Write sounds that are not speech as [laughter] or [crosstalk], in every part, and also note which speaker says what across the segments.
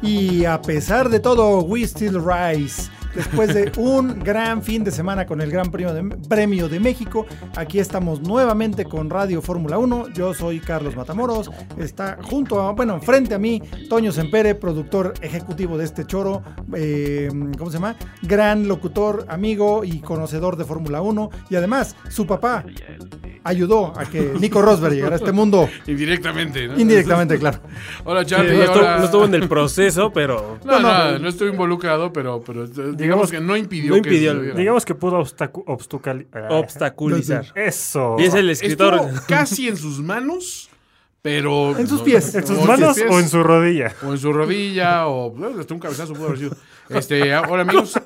Speaker 1: Y a pesar de todo, we still rise. Después de un gran fin de semana con el Gran Premio de, Premio de México, aquí estamos nuevamente con Radio Fórmula 1. Yo soy Carlos Matamoros. Está junto a, bueno, frente a mí, Toño Sempere, productor ejecutivo de este choro. eh, ¿Cómo se llama? Gran locutor, amigo y conocedor de Fórmula 1. Y además, su papá ayudó a que Nico Rosberg llegara a este mundo.
Speaker 2: Indirectamente, ¿no?
Speaker 1: Indirectamente, claro.
Speaker 2: Hola,
Speaker 3: No
Speaker 2: Charlie.
Speaker 3: estuvo,
Speaker 2: hola.
Speaker 3: no estuvo en el proceso, pero
Speaker 2: No,
Speaker 1: No, no,
Speaker 2: no,
Speaker 1: pero-
Speaker 2: no estuve involucrado, pero, pero eh, digamos,
Speaker 4: Digamos-
Speaker 2: que no impidió
Speaker 3: no impidió,
Speaker 2: que sucediera.
Speaker 4: Digamos que pudo obstacu- obstacu- ah,
Speaker 3: obstaculizar.
Speaker 4: Eso.
Speaker 3: Y es el escritor.
Speaker 2: Estuvo casi en sus manos, pero...
Speaker 1: En sus
Speaker 2: no-
Speaker 1: pies.
Speaker 4: ¿En sus
Speaker 2: o
Speaker 4: manos
Speaker 2: pies,
Speaker 4: o en su rodilla?
Speaker 2: o en su rodilla, o bueno, hasta un cabezazo pudo haber sido. Este, ahora amigos,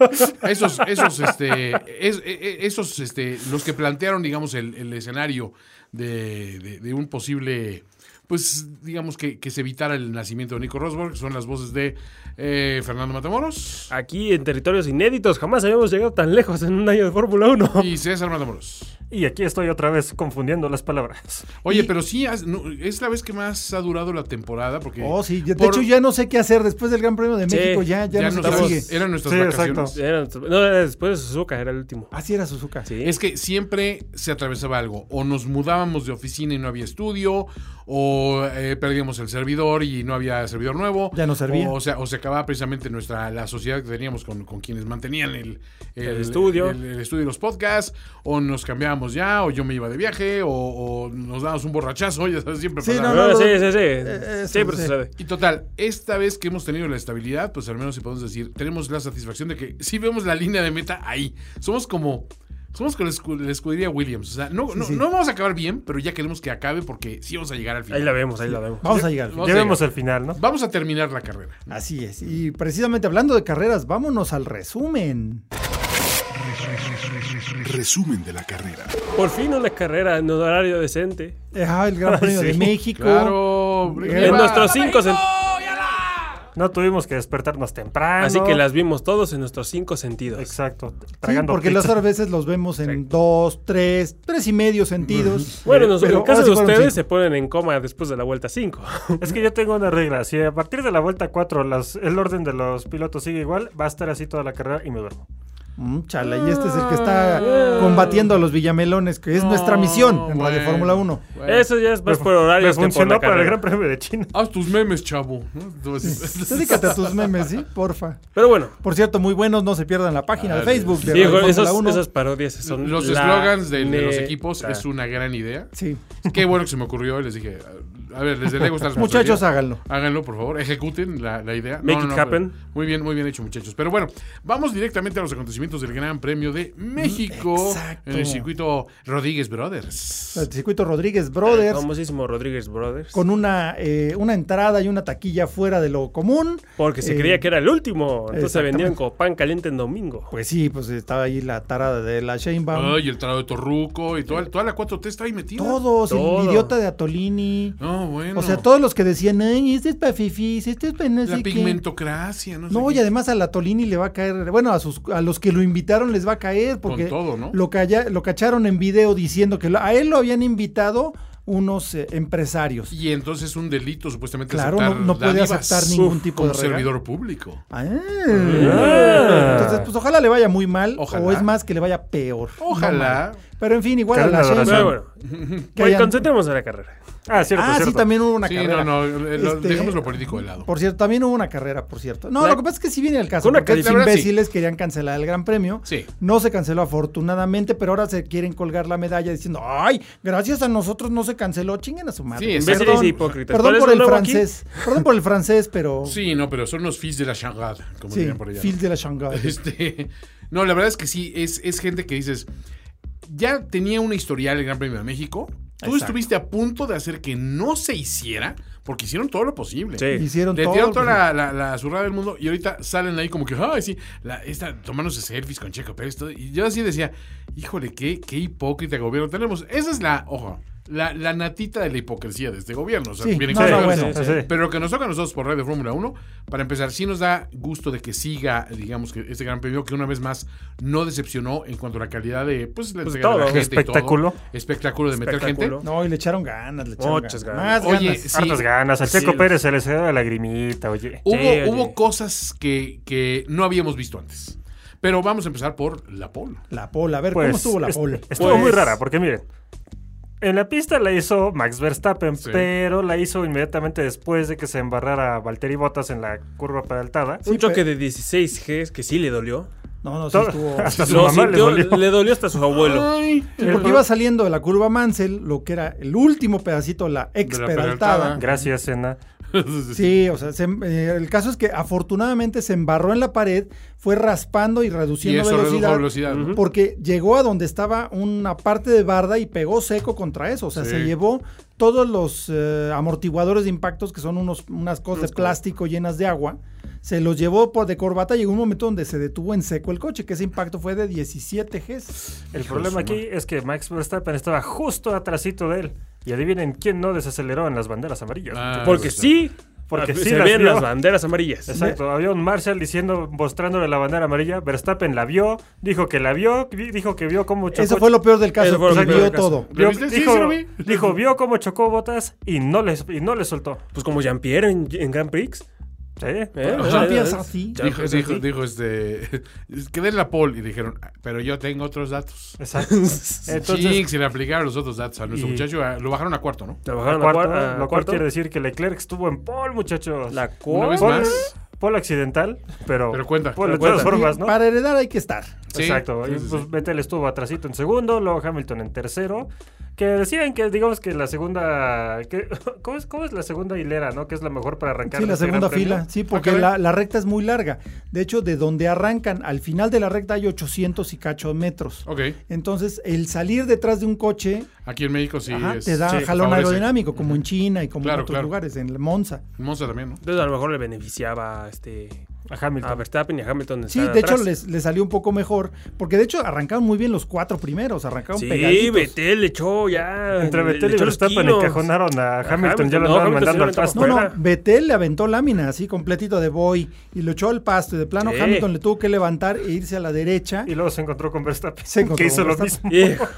Speaker 2: esos, esos, este, es- e- e- esos, este, los que plantearon, digamos, el, el escenario de, de- de un posible, pues, digamos que, que se evitara el nacimiento de Nico Rosberg, son las voces de eh, Fernando Matamoros
Speaker 3: Aquí en territorios inéditos, jamás habíamos llegado tan lejos en un año de Fórmula 1.
Speaker 2: y César Matamoros.
Speaker 4: Y aquí estoy otra vez confundiendo las palabras.
Speaker 2: Oye, pero sí, has- no, es la vez que más ha durado la temporada, porque
Speaker 1: Oh, sí. ya- De
Speaker 2: por-
Speaker 1: hecho, ya no sé qué hacer después del Gran Premio de
Speaker 3: Sí,
Speaker 1: México. Ya, ya,
Speaker 2: ya
Speaker 1: no
Speaker 2: nos
Speaker 1: sé qué
Speaker 2: damos-
Speaker 1: sigue.
Speaker 2: eran nuestras
Speaker 4: Sí,
Speaker 2: vacaciones.
Speaker 4: exacto.
Speaker 3: Era- no, era después de Suzuka era el último.
Speaker 1: Así era Suzuka.
Speaker 3: Sí.
Speaker 2: Es que siempre se atravesaba algo. O nos mudábamos de oficina y no había estudio, o eh, perdíamos el servidor y no había servidor nuevo.
Speaker 1: Ya no servía.
Speaker 2: O, sea, o se acababa precisamente nuestra la sociedad que teníamos con, con quienes mantenían el,
Speaker 3: El estudio.
Speaker 2: El, el estudio y los podcasts. O nos cambiábamos ya, o yo me iba de viaje, o, o nos dábamos un borrachazo. [laughs] Ya sabes, siempre
Speaker 1: Sí,
Speaker 2: pasaba.
Speaker 1: no,
Speaker 3: Ah,
Speaker 1: no,
Speaker 3: sí,
Speaker 1: no.
Speaker 3: sí, sí.
Speaker 1: Eh, eso
Speaker 3: Siempre
Speaker 1: sí.
Speaker 3: se sabe.
Speaker 2: Y total, esta vez que hemos tenido la estabilidad, pues al menos si podemos decir, tenemos la satisfacción de que sí vemos la línea de meta ahí. Somos como. Somos con la escu- la escudería Williams. O sea, no, no, no vamos a acabar bien, pero ya queremos que acabe porque sí vamos a llegar al final.
Speaker 3: Ahí la vemos, ahí la vemos.
Speaker 1: Vamos a llegar.
Speaker 2: No
Speaker 4: ya
Speaker 2: sé.
Speaker 4: vemos el final, ¿no?
Speaker 2: Vamos a terminar la carrera.
Speaker 1: Así es. Y precisamente hablando de carreras, vámonos al resumen.
Speaker 5: Resumen de la carrera.
Speaker 3: Por fin una carrera en horario decente.
Speaker 1: Eh, Ah, el Gran Premio
Speaker 4: sí,
Speaker 1: de México.
Speaker 2: Claro.
Speaker 1: Ahí
Speaker 3: En
Speaker 1: va.
Speaker 3: nuestros cinco sen-
Speaker 4: No tuvimos que despertarnos
Speaker 1: Ah,
Speaker 4: temprano.
Speaker 3: Así que las vimos todos en nuestros cinco sentidos.
Speaker 4: Exacto.
Speaker 1: Sí,
Speaker 4: Tragando
Speaker 1: porque las
Speaker 4: pizza.
Speaker 1: otras veces los vemos en dos, tres, tres y medio
Speaker 3: [laughs]
Speaker 1: sentidos.
Speaker 3: Bueno, nos- en
Speaker 1: Pero
Speaker 3: el caso
Speaker 1: ahora sí
Speaker 3: de
Speaker 1: fueron cinco.
Speaker 3: ustedes se ponen en coma después de la vuelta 5.
Speaker 4: Es que yo tengo una regla. Si a partir de la vuelta 4 las, el orden de los pilotos sigue igual, va a estar así toda la carrera y me duermo.
Speaker 1: Mm, chala, y este es el que está combatiendo a los villamelones, que es nuestra misión en Radio
Speaker 2: bueno. [laughs]
Speaker 1: Fórmula 1.
Speaker 2: Bueno.
Speaker 3: [laughs] Eso ya es más por
Speaker 4: Me
Speaker 3: horarios que por
Speaker 4: funcionó
Speaker 3: la
Speaker 4: para el
Speaker 3: carrera.
Speaker 4: Gran Premio de China.
Speaker 2: Haz tus memes, chavo. ¿no? Entonces-
Speaker 1: Dedícate a tus memes, ¿sí? Porfa.
Speaker 3: Pero bueno,
Speaker 1: Por cierto, muy buenos, no se pierdan la página de
Speaker 2: Así es.
Speaker 1: Facebook de
Speaker 3: Diego,
Speaker 1: Radio Fórmula
Speaker 3: esos-
Speaker 1: 1.
Speaker 3: esas parodias son
Speaker 2: Los
Speaker 3: la
Speaker 2: eslogans de, de los
Speaker 3: neta.
Speaker 2: equipos es una gran idea.
Speaker 1: Sí.
Speaker 2: Qué bueno que se me ocurrió y les dije, a ver, les delego esta
Speaker 1: Muchachos,
Speaker 2: responsabilidad.
Speaker 1: háganlo.
Speaker 2: Pues, Háganlo, por favor, ejecuten la, la idea.
Speaker 3: Make it happen.
Speaker 2: pero- Muy bien, muy bien hecho, muchachos. Pero bueno, vamos directamente a los acontecimientos del Gran Premio de México
Speaker 1: Mm, Exacto.
Speaker 2: en el circuito Rodríguez Brothers.
Speaker 1: El circuito Rodríguez Brothers.
Speaker 3: Famosísimo Rodríguez Brothers.
Speaker 1: con una, eh, una entrada y una taquilla fuera de lo común.
Speaker 3: Porque se
Speaker 1: Eh,
Speaker 3: creía que era el último. Entonces se
Speaker 1: exactamente.
Speaker 3: vendieron como pan caliente en domingo.
Speaker 1: Pues sí, pues estaba ahí la tarada de la Sheinbaum.
Speaker 2: Ay, el trago de Torruco y toda, toda la 4T está ahí metida.
Speaker 1: todos, el
Speaker 3: todo.
Speaker 1: idiota de Atolini.
Speaker 2: No, bueno.
Speaker 1: O sea, todos los que decían, ay, este es para fifís, este es para no
Speaker 2: La
Speaker 1: sé qué".
Speaker 2: pigmentocracia, no sé
Speaker 1: No,
Speaker 2: qué.
Speaker 1: y además a la Tolini le va a caer, bueno, a sus a los que lo invitaron les va a caer porque
Speaker 2: todo, ¿no?
Speaker 1: lo, calla- lo cacharon en video diciendo que lo- a él lo habían invitado unos eh, empresarios.
Speaker 2: Y entonces un delito supuestamente
Speaker 1: Claro,
Speaker 2: aceptar
Speaker 1: no- no puede
Speaker 2: dádivas
Speaker 1: aceptar ningún tipo
Speaker 2: como
Speaker 1: de regalo.
Speaker 2: servidor público.
Speaker 1: Ah.
Speaker 4: Ah.
Speaker 1: Entonces, pues ojalá le vaya muy mal
Speaker 2: Ojalá.
Speaker 1: o es más que le vaya peor.
Speaker 2: Ojalá.
Speaker 1: No mal. Pero en fin, igual a la
Speaker 4: Carne de
Speaker 1: Sheinbaum-
Speaker 4: razón.
Speaker 3: Pero bueno,
Speaker 1: que
Speaker 3: Oye,
Speaker 1: hayan-
Speaker 3: concentremos en la carrera.
Speaker 4: Ah, cierto,
Speaker 1: ah,
Speaker 4: cierto.
Speaker 1: sí, también hubo una
Speaker 2: sí,
Speaker 1: carrera.
Speaker 2: no, no, eh, lo-
Speaker 1: Este,
Speaker 2: dejemos lo político de lado.
Speaker 1: Por cierto, también hubo una carrera, por cierto. No,
Speaker 3: La-
Speaker 1: lo que pasa es que sí viene el caso.
Speaker 3: Con una
Speaker 1: Porque los
Speaker 2: carrera, la verdad, sí.
Speaker 1: imbéciles querían cancelar el Gran Premio.
Speaker 2: Sí.
Speaker 1: No se canceló afortunadamente, pero ahora se quieren colgar la medalla diciendo, ay, gracias a nosotros no se canceló. Chinguen a su madre.
Speaker 2: Sí,
Speaker 3: Imbéciles
Speaker 2: Perdón,
Speaker 3: y hipócritas. ¿Cuál
Speaker 1: Perdón
Speaker 3: es
Speaker 1: por
Speaker 3: lo
Speaker 1: el
Speaker 3: nuevo aquí?
Speaker 1: francés. Perdón por el francés, pero...
Speaker 2: Sí, no, pero son los fils de la Shanghai, como
Speaker 1: Sí,
Speaker 2: dirían por allá.
Speaker 1: Phil de
Speaker 6: [laughs]
Speaker 1: la
Speaker 2: [laughs]
Speaker 1: Shanghai.
Speaker 2: Este, no, la verdad es que sí, es, es gente que dices, ya tenía un historial el Gran Premio de México,
Speaker 6: Tú estuviste a punto de hacer que no se hiciera porque hicieron todo lo posible.
Speaker 3: Sí.
Speaker 1: Hicieron
Speaker 6: Le
Speaker 1: todo.
Speaker 6: tiraron toda
Speaker 1: pues,
Speaker 6: la, la, la zurrada del mundo y ahorita salen ahí como que, ay, sí, la, esta, tomándose selfies con Checo Pérez. todo. Y yo así decía, híjole, qué, qué hipócrita gobierno tenemos. Esa es la, ojo, la, la natita de la hipocresía de este gobierno. O sea,
Speaker 1: Sí,
Speaker 6: bien
Speaker 1: no,
Speaker 6: claro.
Speaker 1: no, bueno.
Speaker 4: sí, sí.
Speaker 6: Pero lo que nos toca a nosotros por Radio Fórmula 1, para empezar, sí nos da gusto de que siga, digamos, que este gran premio que una vez más no decepcionó en cuanto a la calidad de, pues, la
Speaker 3: Pues
Speaker 6: entrega de la
Speaker 3: todo.
Speaker 6: gente y todo.
Speaker 4: Espectáculo.
Speaker 6: Espectáculo de meter gente.
Speaker 3: Espectáculo.
Speaker 1: No, y le echaron ganas, le echaron
Speaker 3: Muchas
Speaker 1: ganas.
Speaker 3: ganas.
Speaker 1: Más
Speaker 6: Oye,
Speaker 1: ganas.
Speaker 6: sí,
Speaker 4: Hartas ganas. Al
Speaker 3: Sí,
Speaker 4: Checo
Speaker 3: los-
Speaker 4: Pérez se le salió la lagrimita, oye.
Speaker 6: hubo,
Speaker 3: oye.
Speaker 6: hubo cosas que, que no habíamos visto antes. Pero vamos a empezar por la polo.
Speaker 1: La pola, a ver, ¿cómo estuvo la
Speaker 4: est-
Speaker 1: pola?
Speaker 4: Pues, Estuvo
Speaker 3: Pues-
Speaker 4: muy rara, porque miren. En la pista la hizo Max Verstappen,
Speaker 6: Sí.
Speaker 4: pero la hizo inmediatamente después de que se embarrara Valtteri Bottas en la curva peraltada.
Speaker 1: Sí,
Speaker 3: un choque
Speaker 1: pero-
Speaker 3: de 16 Gs que sí le dolió.
Speaker 1: No, no, sí
Speaker 4: Todo-
Speaker 1: estuvo.
Speaker 4: hasta su
Speaker 3: Lo
Speaker 4: mamá le
Speaker 3: sintió-
Speaker 4: dolió.
Speaker 3: le dolió hasta su abuelo.
Speaker 6: Ay,
Speaker 1: Sí, Porque iba saliendo de la curva Mansell, lo que era el último pedacito, la ex
Speaker 6: De la
Speaker 3: Ah,
Speaker 1: peraltada.
Speaker 6: peraltada.
Speaker 4: Gracias, Sena.
Speaker 1: Sí, o sea, se- eh, el caso es que afortunadamente se embarró en la pared, fue raspando y
Speaker 6: y
Speaker 1: reduciendo
Speaker 6: eso redujo
Speaker 1: velocidad.
Speaker 6: velocidad. ¿no?
Speaker 1: Porque llegó a donde estaba una parte de barda y pegó seco contra eso. O sea,
Speaker 6: Sí.
Speaker 1: se llevó todos los eh, amortiguadores de impactos, que son unos, unas cosas de plástico llenas de agua. Se los llevó por de corbata. Llegó un momento donde se detuvo en seco el coche, que ese impacto fue de 17 Gs.
Speaker 4: El problema aquí es que Max Verstappen estaba justo atrasito de él. Y adivinen quién no desaceleró en las banderas amarillas.
Speaker 6: Ah,
Speaker 3: [laughs] Porque
Speaker 6: pues,
Speaker 3: sí,
Speaker 4: Porque
Speaker 3: porque
Speaker 4: sí
Speaker 3: ah, se
Speaker 4: las
Speaker 3: ven
Speaker 4: vio.
Speaker 3: las banderas amarillas.
Speaker 4: Exacto, había un Marshall diciendo, mostrándole la bandera amarilla. Verstappen la vio, dijo que la vio, vi- dijo que vio cómo chocó.
Speaker 1: Eso fue lo peor del caso,
Speaker 3: Eso fue lo
Speaker 1: que
Speaker 3: peor del
Speaker 1: vio
Speaker 3: caso.
Speaker 1: todo.
Speaker 6: ¿Lo
Speaker 4: Vio-
Speaker 6: viste? Sí,
Speaker 4: dijo,
Speaker 6: sí lo vi.
Speaker 4: dijo, vio cómo chocó botas y no le, y no le soltó.
Speaker 3: Pues como Jean-Pierre en, en Grand Prix.
Speaker 4: Sí. pues,
Speaker 3: ¿eh?
Speaker 6: Ajá.
Speaker 1: Jean-Pierre Sarsi.
Speaker 3: Jean-Pierre
Speaker 6: Dijo, dijo, dijo
Speaker 3: Sarsi.
Speaker 6: este. [laughs] Quedé en la pole y dijeron, "Ah, pero yo tengo otros datos.
Speaker 4: Exacto. Entonces,
Speaker 6: sí, se le aplicaron los otros datos a nuestro
Speaker 4: Y-
Speaker 6: muchacho. a- Lo bajaron a cuarto, ¿no?
Speaker 3: Te
Speaker 4: a
Speaker 3: bajaron a
Speaker 4: cuarto,
Speaker 3: cuar- a
Speaker 4: lo cual
Speaker 3: cuarto.
Speaker 4: quiere decir que Leclerc estuvo en pole, muchachos.
Speaker 3: La
Speaker 6: Una vez
Speaker 3: cuarta.
Speaker 4: Pole-
Speaker 6: más.
Speaker 4: pole accidental, pero.
Speaker 6: Pero cuenta.
Speaker 4: pole de
Speaker 3: Pero
Speaker 4: todas
Speaker 3: cuenta.
Speaker 4: formas, ¿no?
Speaker 1: Para heredar hay que estar.
Speaker 6: Sí,
Speaker 4: Exacto.
Speaker 6: sí,
Speaker 4: y,
Speaker 6: sí,
Speaker 4: pues,
Speaker 6: sí.
Speaker 4: Vettel estuvo atrasito en segundo, luego Hamilton en tercero. Que decían que, digamos que la segunda. que- [laughs] ¿cómo, es, cómo es la segunda hilera, no? Que es la mejor para arrancar.
Speaker 1: Sí, la
Speaker 4: este Gran
Speaker 1: segunda
Speaker 4: Premio.
Speaker 1: fila. Sí, porque
Speaker 6: caray.
Speaker 1: la, la recta es muy larga. De hecho, de donde arrancan, al final de la recta hay 800 y cacho metros.
Speaker 6: Ok.
Speaker 1: Entonces, el salir detrás de un coche
Speaker 6: Aquí en México sí
Speaker 1: ajá,
Speaker 6: es-
Speaker 1: te da
Speaker 6: sí,
Speaker 1: jalón
Speaker 6: favorece.
Speaker 1: aerodinámico, como en China y como en
Speaker 6: Claro,
Speaker 1: otros
Speaker 6: claro.
Speaker 1: lugares, en Monza.
Speaker 6: En Monza también, ¿no?
Speaker 3: Entonces a lo mejor le beneficiaba este,
Speaker 4: A Hamilton.
Speaker 3: a Verstappen y a Hamilton.
Speaker 1: Sí,
Speaker 3: estar
Speaker 1: de hecho,
Speaker 3: atrás.
Speaker 1: les, les salió un poco mejor, porque de hecho arrancaron muy bien los cuatro primeros, arrancaron
Speaker 3: Sí,
Speaker 1: pegaditos.
Speaker 3: Betel le echó ya.
Speaker 4: Entre
Speaker 3: le- le
Speaker 4: Vettel y
Speaker 3: echó los
Speaker 4: Verstappen
Speaker 3: kilos. [laughs]
Speaker 4: encajonaron a Hamilton, ya lo
Speaker 3: no,
Speaker 4: estaban
Speaker 3: Hamilton
Speaker 4: mandando
Speaker 3: sí
Speaker 4: al
Speaker 3: lo
Speaker 4: pasto.
Speaker 1: No, no,
Speaker 3: fuera.
Speaker 1: Betel le aventó lámina así completito de boy y lo echó al pasto y de plano
Speaker 3: Sí.
Speaker 1: Hamilton le tuvo que levantar e irse a la derecha.
Speaker 4: Y luego se encontró con Verstappen,
Speaker 1: Se encontró
Speaker 4: que hizo
Speaker 1: con
Speaker 4: lo
Speaker 1: Verstappen.
Speaker 4: mismo.
Speaker 3: Hijo.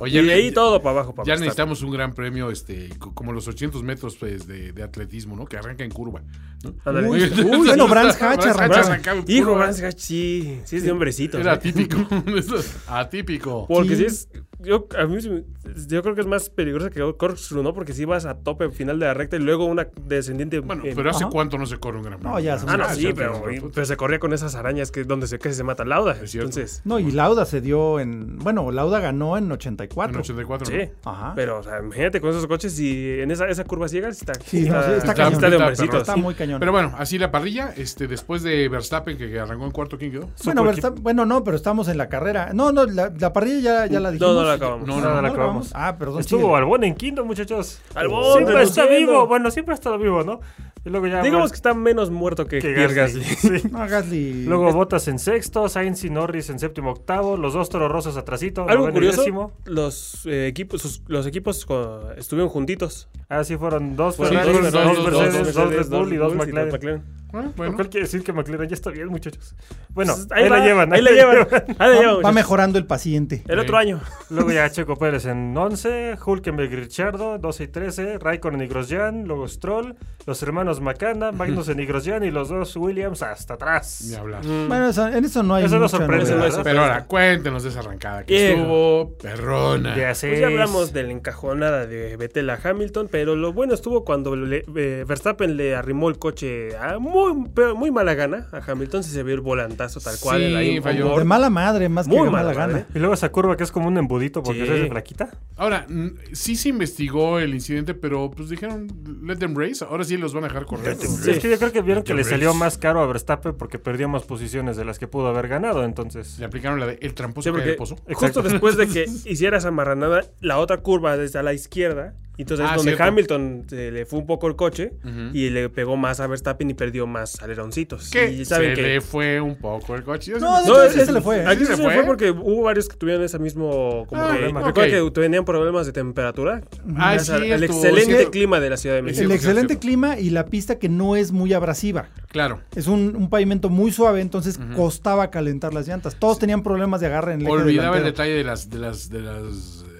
Speaker 6: Oye,
Speaker 3: y de ahí
Speaker 6: ya-
Speaker 3: todo para abajo. Para
Speaker 6: Ya
Speaker 3: Verstappen.
Speaker 6: necesitamos un gran premio, este, co- como los 800 metros pues, de, de atletismo, ¿no? Que arranca en curva. ¿no?
Speaker 3: Ándale.
Speaker 6: [laughs]
Speaker 1: Uy, uy, bueno, Brands Hatch arrancaba.
Speaker 6: arrancaba en
Speaker 3: Hijo,
Speaker 6: curva.
Speaker 3: Brands Hatch, sí, sí es de hombrecitos.
Speaker 6: Era
Speaker 3: ¿eh?
Speaker 6: atípico. [laughs] Eso, atípico.
Speaker 3: Porque
Speaker 1: Sí.
Speaker 3: si es. Yo, a mí, se me- yo creo que es más peligroso que Corkscrew, ¿no? Porque si vas a tope al final de la recta y luego una descendiente.
Speaker 6: Bueno,
Speaker 3: eh,
Speaker 6: pero ¿hace
Speaker 1: Ajá.
Speaker 6: cuánto no se corre un gran premio?
Speaker 1: No, ya hace
Speaker 3: Ah, no,
Speaker 1: Ah,
Speaker 3: sí, pero, pero se corría con esas arañas que donde se, casi se mata Lauda.
Speaker 6: Es cierto.
Speaker 3: Entonces,
Speaker 1: No, y Lauda se dio en. Bueno, Lauda ganó en 84.
Speaker 6: En 84.
Speaker 3: sí.
Speaker 1: Ajá.
Speaker 3: Pero, o sea, imagínate con esos coches y en esa, esa curva ciega está,
Speaker 1: Sí, no, sí, está cañón.
Speaker 3: de
Speaker 6: Está
Speaker 3: hombrecitos.
Speaker 6: perro,
Speaker 1: Está muy cañón.
Speaker 6: Pero bueno, así la parrilla, este, después de Verstappen, que arrancó en cuarto, ¿quién quedó?
Speaker 1: bueno,
Speaker 4: Su
Speaker 1: Verstappen- bueno, no, pero estamos en la carrera. No, no, la, la parrilla ya, ya la
Speaker 3: Uh, no,
Speaker 1: dijimos.
Speaker 3: no la acabamos.
Speaker 6: No,
Speaker 4: No, no,
Speaker 6: no,
Speaker 1: ¿No
Speaker 4: la acabamos.
Speaker 1: Ah, perdón.
Speaker 4: Estuvo
Speaker 1: síguele.
Speaker 4: Albón en quinto, muchachos.
Speaker 3: Albon,
Speaker 4: siempre está
Speaker 3: reluciendo.
Speaker 4: vivo. Bueno, siempre ha estado vivo, ¿no? Y luego ya.
Speaker 3: Digamos que
Speaker 4: Max-
Speaker 3: está menos muerto que,
Speaker 4: que
Speaker 3: Pierre
Speaker 4: Gasly.
Speaker 3: Gasly.
Speaker 4: Sí.
Speaker 1: No, Gasly.
Speaker 4: Luego Botas en sexto, Sainz y Norris en séptimo, octavo, los dos toros rosos atrasito,
Speaker 3: Algo
Speaker 4: noveno y
Speaker 3: curioso,
Speaker 4: décimo.
Speaker 3: los eh, equipos, sus- los equipos co- estuvieron juntitos.
Speaker 4: Así Ah, fueron dos
Speaker 3: Fueron
Speaker 4: Ferrari,
Speaker 6: dos
Speaker 4: dos,
Speaker 6: Ferrari, dos
Speaker 4: Mercedes, dos, Red Bull y dos
Speaker 3: Red Bulls
Speaker 4: McLaren.
Speaker 6: Ah,
Speaker 4: Lo
Speaker 6: bueno.
Speaker 4: cual quiere decir que McLaren ya está bien, muchachos. Bueno,
Speaker 3: Pues,
Speaker 4: ahí, la
Speaker 3: va,
Speaker 4: llevan.
Speaker 3: Ahí la llevan. [laughs] Ahí la llevan.
Speaker 1: Va mejorando el paciente.
Speaker 3: El otro
Speaker 6: Sí.
Speaker 3: año.
Speaker 4: Luego ya Checo Pérez en 11, Hulkenberg y Richardo, 12 y 13, Raikkonen y Grosjean, luego Stroll, los hermanos Macana, Magnussen y Grosjean y los dos Williams hasta atrás.
Speaker 6: Ni hablar.
Speaker 3: Mm.
Speaker 1: Bueno, eso- en eso no hay.
Speaker 4: Eso no
Speaker 1: mucha
Speaker 4: sorprende,
Speaker 1: novedad.
Speaker 3: no
Speaker 4: ¿verdad?
Speaker 6: Pero ahora, cuéntenos de esa arrancada que
Speaker 3: Viejo.
Speaker 6: estuvo perrona.
Speaker 4: Ya sé.
Speaker 3: Pues ya hablamos de la encajonada de Vettel a Hamilton, pero lo bueno estuvo cuando le- eh, Verstappen le arrimó el coche a muy muy, pero muy mala gana a Hamilton si se vio el volantazo tal cual.
Speaker 6: Sí,
Speaker 3: el ahí,
Speaker 6: falló.
Speaker 3: amor.
Speaker 1: De mala madre, más que
Speaker 3: Muy
Speaker 1: de
Speaker 3: mala
Speaker 1: mala gana.
Speaker 3: madre.
Speaker 4: Y luego esa curva que es como un embudito porque
Speaker 3: Sí.
Speaker 4: es de flaquita.
Speaker 6: Ahora, mm, sí se investigó el incidente, pero pues dijeron, let them race. Ahora sí los van a dejar correr. ¿no?
Speaker 4: Es que yo creo que vieron que le salió más caro a Verstappen porque perdió más posiciones de las que pudo haber ganado, entonces.
Speaker 6: Le aplicaron la de el tramposo
Speaker 3: Sí,
Speaker 6: cae
Speaker 3: porque eh,
Speaker 6: del pozo.
Speaker 3: justo
Speaker 4: Exacto.
Speaker 3: después de
Speaker 6: [laughs]
Speaker 3: que hiciera esa marranada, la otra curva desde a la izquierda, y entonces
Speaker 6: Ah,
Speaker 3: donde
Speaker 6: cierto.
Speaker 3: Hamilton se le fue un poco el coche y le pegó más a Verstappen y perdió más aleroncitos.
Speaker 6: Que
Speaker 3: Y
Speaker 6: se
Speaker 3: saben
Speaker 6: le fue un poco el coche. Yo
Speaker 1: No,
Speaker 6: sí-
Speaker 1: de hecho, sí se le fue, ¿eh?
Speaker 3: Aquí
Speaker 6: ¿Sí
Speaker 3: se,
Speaker 6: se
Speaker 3: le
Speaker 6: fue?
Speaker 3: fue porque hubo varios que tuvieron ese mismo como
Speaker 6: Ah,
Speaker 3: que-
Speaker 6: problema.
Speaker 3: recuerda
Speaker 6: Ok.
Speaker 3: que tenían problemas de temperatura.
Speaker 6: Ah,
Speaker 3: Gracias al- al
Speaker 6: cierto,
Speaker 3: excelente
Speaker 6: cierto.
Speaker 3: clima de la Ciudad de
Speaker 6: Es
Speaker 3: México.
Speaker 1: El
Speaker 6: cierto,
Speaker 1: excelente
Speaker 6: cierto.
Speaker 1: clima y la pista que no es muy abrasiva.
Speaker 6: Claro.
Speaker 1: Es un, un pavimento muy suave, entonces costaba calentar las llantas. Todos tenían problemas de agarre en el eje
Speaker 6: Olvidaba el
Speaker 1: delantero.
Speaker 6: detalle de las, de las, de las, eh,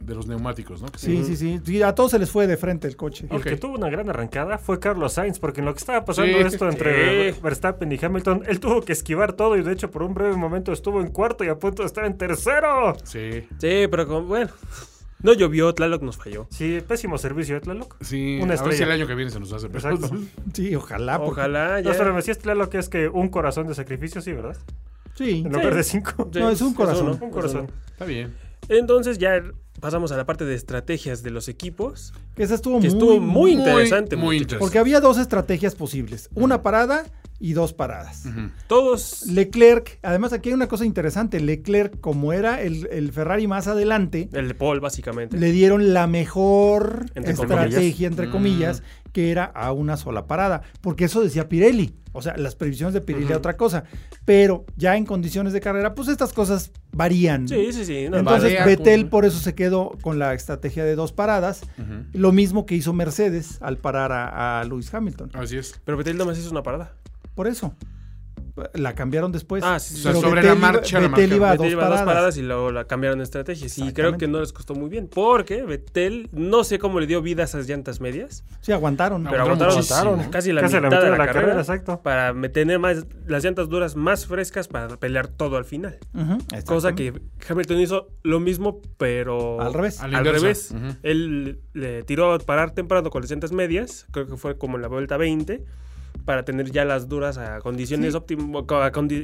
Speaker 6: de los neumáticos, ¿no? Que
Speaker 1: Sí, sí, sí, Sí, A todos se les fue de frente el coche.
Speaker 4: El que
Speaker 6: Ok.
Speaker 4: tuvo una gran arrancada fue Carlos Sainz, porque en lo que estaba pasando
Speaker 6: Sí.
Speaker 4: esto entre
Speaker 3: Sí.
Speaker 4: Verstappen y Hamilton, él tuvo que esquivar todo y de hecho por un breve momento estuvo en cuarto y a punto de estar en tercero.
Speaker 6: Sí.
Speaker 3: Sí, pero como- bueno, no llovió, Tlaloc nos falló.
Speaker 4: Sí, pésimo servicio de Tlaloc.
Speaker 6: Sí,
Speaker 4: Una
Speaker 6: a ver si
Speaker 4: estrella.
Speaker 6: el año que viene se nos hace. pero-
Speaker 4: Exacto.
Speaker 1: Sí, ojalá. Ah, porque-
Speaker 3: Ojalá ya.
Speaker 4: No, pero me decías Tlaloc que es que un corazón de sacrificio, sí, ¿verdad?
Speaker 1: Sí.
Speaker 4: En lugar de cinco.
Speaker 3: Sí,
Speaker 1: No, es un
Speaker 3: eso
Speaker 4: [laughs]
Speaker 1: corazón.
Speaker 3: no,
Speaker 4: Un
Speaker 3: eso
Speaker 4: corazón.
Speaker 3: no.
Speaker 6: [laughs] Está bien.
Speaker 3: Entonces ya pasamos a la parte de estrategias de los equipos.
Speaker 1: Que esa estuvo
Speaker 3: Que
Speaker 1: muy...
Speaker 3: estuvo muy interesante,
Speaker 6: Muy,
Speaker 3: muchachos.
Speaker 6: interesante.
Speaker 1: Porque había dos estrategias posibles. Una parada y dos paradas.
Speaker 3: Todos.
Speaker 1: Leclerc, además aquí hay una cosa interesante. Leclerc, como era el, el Ferrari más adelante,
Speaker 3: El de Paul, básicamente.
Speaker 1: le dieron la mejor
Speaker 3: Entre comillas.
Speaker 1: estrategia, entre comillas, que era a una sola parada. Porque eso decía Pirelli. O sea, las previsiones de Pirelli era otra cosa. Pero ya en condiciones de carrera, pues estas cosas varían.
Speaker 3: Sí, sí, sí. no,
Speaker 1: Entonces
Speaker 6: Varía,
Speaker 1: Vettel
Speaker 6: pues.
Speaker 1: por eso se quedó con la estrategia de dos paradas, lo mismo que hizo Mercedes al parar a, a Lewis Hamilton.
Speaker 6: Así es.
Speaker 3: Pero Betel nomás hizo una parada.
Speaker 1: Por eso la cambiaron después.
Speaker 3: Ah, sí, sí,
Speaker 6: o sea, sobre
Speaker 1: Vettel
Speaker 6: la
Speaker 1: iba-
Speaker 6: marcha la
Speaker 1: Vettel iba a
Speaker 3: Betel
Speaker 1: Ah, dos
Speaker 3: iba a
Speaker 1: paradas.
Speaker 3: dos paradas y luego la cambiaron de estrategias. Y creo
Speaker 1: Exactamente.
Speaker 3: que no les costó muy bien. Porque Betel, no sé cómo le dio vida a esas llantas medias.
Speaker 1: Sí, aguantaron.
Speaker 3: Pero
Speaker 6: Aguantaron
Speaker 3: aguantaron,
Speaker 6: muchísimo.
Speaker 3: aguantaron casi la
Speaker 4: Casi
Speaker 3: mitad de la, carrera.
Speaker 4: exacto.
Speaker 3: Para me- tener más, las llantas duras más frescas para pelear todo al final.
Speaker 1: Ujú,
Speaker 3: Cosa que Hamilton hizo lo mismo, pero.
Speaker 1: Al revés.
Speaker 6: A
Speaker 3: Al,
Speaker 6: la inversa.
Speaker 3: revés.
Speaker 6: Ujú.
Speaker 3: Él le tiró a parar temprano con las llantas medias. Creo que fue como en la vuelta 20. Para tener ya las duras a condiciones óptimas.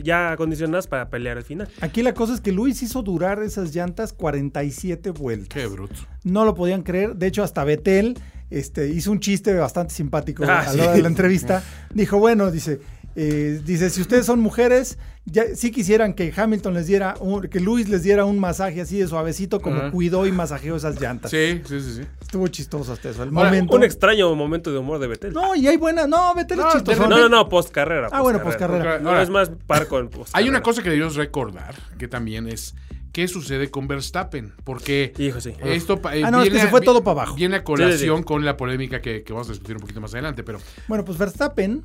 Speaker 3: Ya acondicionadas para pelear al final.
Speaker 1: Aquí la cosa es que Luis hizo durar esas llantas 47 vueltas.
Speaker 6: Qué bruto.
Speaker 1: No lo podían creer. De hecho, hasta Betel este, hizo un chiste bastante simpático
Speaker 3: Ah,
Speaker 1: a
Speaker 3: sí.
Speaker 1: la hora de la entrevista. Dijo, bueno, dice, eh, dice, si ustedes son mujeres, ya sí quisieran que Hamilton les diera, un- que Luis les diera un masaje así de suavecito como
Speaker 6: Ajá.
Speaker 1: cuidó y masajeó esas llantas.
Speaker 6: Sí, sí, sí, sí.
Speaker 1: Estuvo chistoso hasta eso. El
Speaker 6: Ahora,
Speaker 1: momento.
Speaker 3: Un extraño momento de humor de Betel. No,
Speaker 1: No, y hay buena. No, Betel
Speaker 6: No,
Speaker 1: es chistoso.
Speaker 3: no, no, post carrera.
Speaker 1: Ah, bueno, postcarrera.
Speaker 6: Ahora,
Speaker 3: No es más par con postcarrera.
Speaker 6: Hay una cosa que debemos recordar, que también es qué sucede con Verstappen, porque
Speaker 3: Hijo, sí.
Speaker 6: esto pa- eh,
Speaker 1: Ah, no, es que se
Speaker 6: a-
Speaker 1: fue todo para abajo.
Speaker 6: Viene a colación
Speaker 3: Sí, sí.
Speaker 6: con la polémica que, que vamos a discutir un poquito más adelante, pero
Speaker 1: Bueno, pues Verstappen,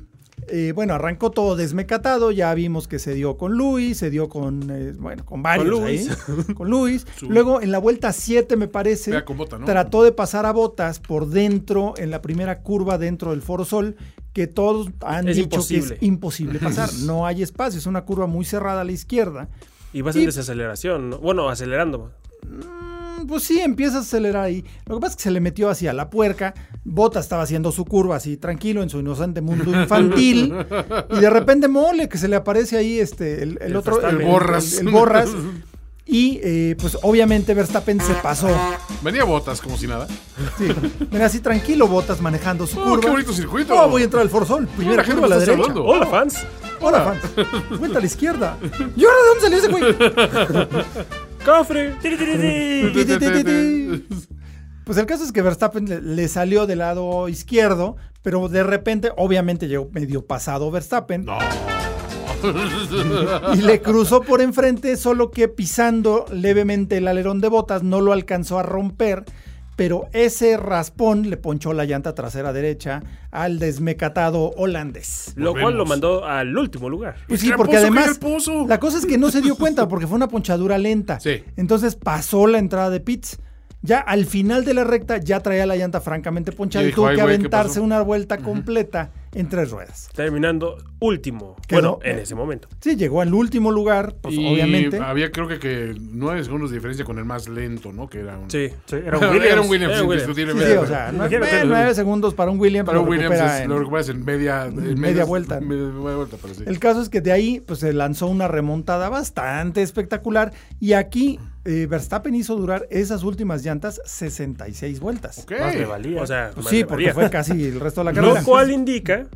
Speaker 1: eh, bueno, arrancó todo desmecatado, ya vimos que se dio con Luis, se dio con, eh, bueno, con varios
Speaker 3: Con
Speaker 1: ahí,
Speaker 3: Lewis.
Speaker 1: [laughs] con Luis. Luego en la vuelta 7, me parece,
Speaker 6: Vea con Bota, ¿no?
Speaker 1: trató de pasar a Botas por dentro, en la primera curva dentro del Foro Sol, que todos han
Speaker 3: Es
Speaker 1: dicho que
Speaker 3: imposible.
Speaker 1: es imposible
Speaker 3: [laughs]
Speaker 1: pasar, no hay espacio, es una curva muy cerrada a la izquierda.
Speaker 3: Y vas en
Speaker 1: Y-
Speaker 3: desaceleración, ¿no? Bueno, acelerando.
Speaker 1: Mm, Pues sí, empieza a acelerar ahí. Lo que pasa es que se le metió hacia la puerca. Bota estaba haciendo su curva así tranquilo en su inocente mundo
Speaker 6: [laughs]
Speaker 1: infantil. y de repente mole que se le aparece ahí este, el, el
Speaker 3: El
Speaker 1: otro.
Speaker 3: Verstappen.
Speaker 6: El Borras.
Speaker 1: el- el borras. Y eh, pues obviamente Verstappen se pasó.
Speaker 6: venía botas como si nada.
Speaker 1: Sí. Mira, así tranquilo, Botas manejando su
Speaker 6: Oh,
Speaker 1: curva.
Speaker 6: qué bonito circuito.
Speaker 1: Oh, voy a entrar al Forzol. Primera
Speaker 6: gente
Speaker 1: curva a la
Speaker 6: me está
Speaker 1: derecha.
Speaker 6: saludando.
Speaker 3: Hola, fans.
Speaker 1: Hola, fans. Vuelta a la izquierda. ¿Y ahora de dónde salió ese güey?
Speaker 3: Cofre.
Speaker 1: Ti, ti, ti, ti, ti. [laughs] Pues el caso es que Verstappen le, le salió del lado izquierdo, pero de repente, obviamente, llegó medio pasado Verstappen
Speaker 6: No.
Speaker 1: y le cruzó por enfrente, solo que pisando levemente el alerón de botas, no lo alcanzó a romper. Pero ese raspón le ponchó la llanta trasera derecha al desmecatado holandés.
Speaker 3: [laughs] Lo cual lo
Speaker 6: Volvemos.
Speaker 3: mandó al último lugar.
Speaker 1: Pues sí,
Speaker 6: Tramposo,
Speaker 1: porque
Speaker 6: qué
Speaker 1: además
Speaker 6: tramposo.
Speaker 1: la cosa es que no se dio
Speaker 6: [laughs]
Speaker 1: cuenta porque fue una ponchadura lenta.
Speaker 6: Sí.
Speaker 1: Entonces pasó la entrada de Pitts. Ya al final de la recta ya traía la llanta francamente ponchada
Speaker 6: Y
Speaker 1: y,
Speaker 6: dijo,
Speaker 1: tuvo
Speaker 6: "Ay,
Speaker 1: que
Speaker 6: güey, ¿qué
Speaker 1: aventarse
Speaker 6: pasó?"
Speaker 1: una vuelta completa en tres ruedas.
Speaker 3: Terminando último.
Speaker 1: Quedó-
Speaker 3: Bueno, en ese momento.
Speaker 1: Sí, llegó al último lugar, pues
Speaker 6: y
Speaker 1: obviamente.
Speaker 6: había creo que, que nueve segundos de diferencia con el más lento, ¿no? Que era un...
Speaker 3: Sí.
Speaker 4: Sí,
Speaker 6: [laughs]
Speaker 3: [laughs]
Speaker 4: era
Speaker 6: Era
Speaker 4: un
Speaker 6: un Williams,
Speaker 4: Williams.
Speaker 3: Era un Williams.
Speaker 1: Sí,
Speaker 6: indiscutiblemente.
Speaker 1: sí, o sea, nueve,
Speaker 4: Imagínate, ¿no?
Speaker 1: nueve segundos para un Williams,
Speaker 6: Para
Speaker 1: pero
Speaker 6: Williams
Speaker 1: recupera
Speaker 6: es-
Speaker 1: en-
Speaker 6: lo recuperas en media, en
Speaker 1: media vuelta.
Speaker 6: Media vuelta, pero sí.
Speaker 1: El caso es que de ahí pues, se lanzó una remontada bastante espectacular y aquí eh, Verstappen hizo durar esas últimas llantas 66 vueltas.
Speaker 6: Ok.
Speaker 4: Más le valía.
Speaker 3: O sea,
Speaker 1: Pues
Speaker 3: más
Speaker 1: sí,
Speaker 3: le
Speaker 1: porque
Speaker 3: valía.
Speaker 1: fue casi
Speaker 6: [laughs]
Speaker 1: el resto de la carrera.
Speaker 3: Lo cual indica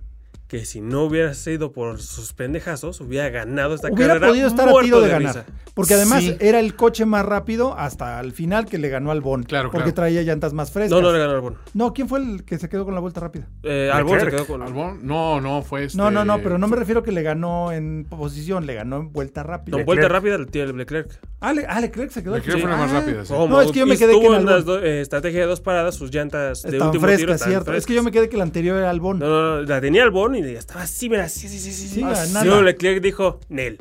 Speaker 3: que si no hubiera sido por sus pendejazos, hubiera ganado esta
Speaker 1: Hubiera
Speaker 3: carrera.
Speaker 1: podido estar a
Speaker 3: muerto
Speaker 1: tiro de,
Speaker 3: risa.
Speaker 1: ganar. Porque además
Speaker 6: Sí.
Speaker 1: era el coche más rápido hasta el final que le ganó al Bon.
Speaker 6: Claro,
Speaker 1: porque
Speaker 6: claro.
Speaker 1: traía llantas más frescas.
Speaker 3: No,
Speaker 1: No,
Speaker 3: no le ganó Albon.
Speaker 1: ¿quién fue el que se quedó con la vuelta rápida?
Speaker 3: Eh, Albon se
Speaker 4: Leclerc.
Speaker 3: quedó con.
Speaker 6: Albon, no, no, fue este...
Speaker 1: No, no, no, pero no me refiero que le ganó en posición, le ganó en vuelta rápida.
Speaker 3: No, vuelta rápida el tío Leclerc.
Speaker 1: Ah, le, ah, Leclerc se quedó.
Speaker 6: Me creo que fue la más
Speaker 1: Ah,
Speaker 6: rápida, sí.
Speaker 3: Como
Speaker 1: No, es que yo me quedé
Speaker 3: estuvo
Speaker 1: que en
Speaker 3: en la
Speaker 1: Albon.
Speaker 3: estrategia de dos paradas, sus llantas de
Speaker 1: Estaban
Speaker 3: último tiro.
Speaker 1: frescas,
Speaker 3: estaban
Speaker 1: cierto. Es que yo me
Speaker 3: frescas.
Speaker 1: quedé que el anterior era el Bon.
Speaker 3: No, no, no, la tenía Albon y estaba así, mira, sí, sí, sí, sí.
Speaker 1: Sí,
Speaker 3: sí
Speaker 1: a
Speaker 3: Así,
Speaker 1: nada.
Speaker 3: luego Leclerc dijo, Nel.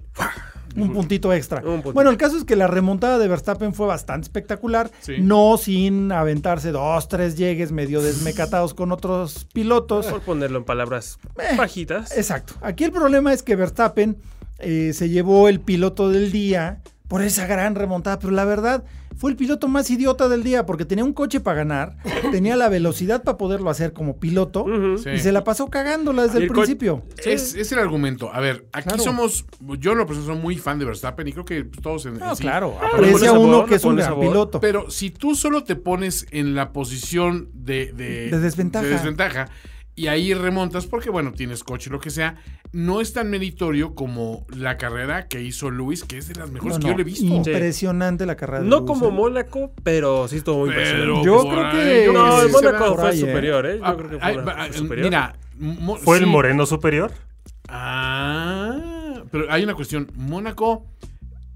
Speaker 1: Un puntito extra.
Speaker 3: Un puntito.
Speaker 1: Bueno, el caso es que la remontada de Verstappen fue bastante espectacular.
Speaker 6: Sí.
Speaker 1: No sin aventarse dos, tres llegues medio desmecatados con otros pilotos.
Speaker 3: [laughs] Por ponerlo en palabras
Speaker 1: eh,
Speaker 3: bajitas.
Speaker 1: Exacto. Aquí el problema es que Verstappen eh, se llevó el piloto del día por esa gran remontada, pero la verdad fue el piloto más idiota del día porque tenía un coche para ganar, tenía la velocidad para poderlo hacer como piloto
Speaker 3: Ujú.
Speaker 6: Sí.
Speaker 1: y se la pasó cagándola desde
Speaker 3: Y
Speaker 1: el,
Speaker 3: el co-
Speaker 1: principio.
Speaker 6: Es, es el argumento. A ver, aquí
Speaker 1: Claro.
Speaker 6: somos. Yo en lo personal soy muy fan de Verstappen y creo que pues, todos en. en sí. Ah,
Speaker 1: aprecia
Speaker 3: le pone
Speaker 1: uno
Speaker 3: sabor,
Speaker 1: que
Speaker 3: le
Speaker 1: es un
Speaker 3: pone
Speaker 1: gran
Speaker 3: sabor.
Speaker 1: piloto.
Speaker 6: Pero si tú solo te pones en la posición de, de,
Speaker 1: De desventaja.
Speaker 6: de desventaja, y ahí remontas porque, bueno, tienes coche, lo que sea, no es tan meritorio como la carrera que hizo Luis, que es de las mejores
Speaker 1: No,
Speaker 6: que
Speaker 1: no,
Speaker 6: yo le he visto.
Speaker 1: Impresionante la carrera. de
Speaker 3: No
Speaker 1: Lewis,
Speaker 3: como
Speaker 1: ¿eh?
Speaker 3: Mónaco, pero sí estuvo muy impresionante.
Speaker 6: Pero
Speaker 1: Yo
Speaker 6: por
Speaker 1: creo que-
Speaker 6: ahí, yo
Speaker 3: No,
Speaker 6: creo
Speaker 3: el
Speaker 6: que sí se
Speaker 3: Mónaco
Speaker 6: va-
Speaker 1: por
Speaker 3: fue
Speaker 1: ahí, ¿eh?
Speaker 3: superior, ¿eh?
Speaker 6: Ah,
Speaker 3: Yo creo que
Speaker 6: ay,
Speaker 3: Mónaco
Speaker 6: ah,
Speaker 3: fue superior.
Speaker 6: Mira, mo-
Speaker 4: ¿Fue el
Speaker 6: sí.
Speaker 4: moreno superior?
Speaker 6: Ah, pero hay una cuestión. Mónaco.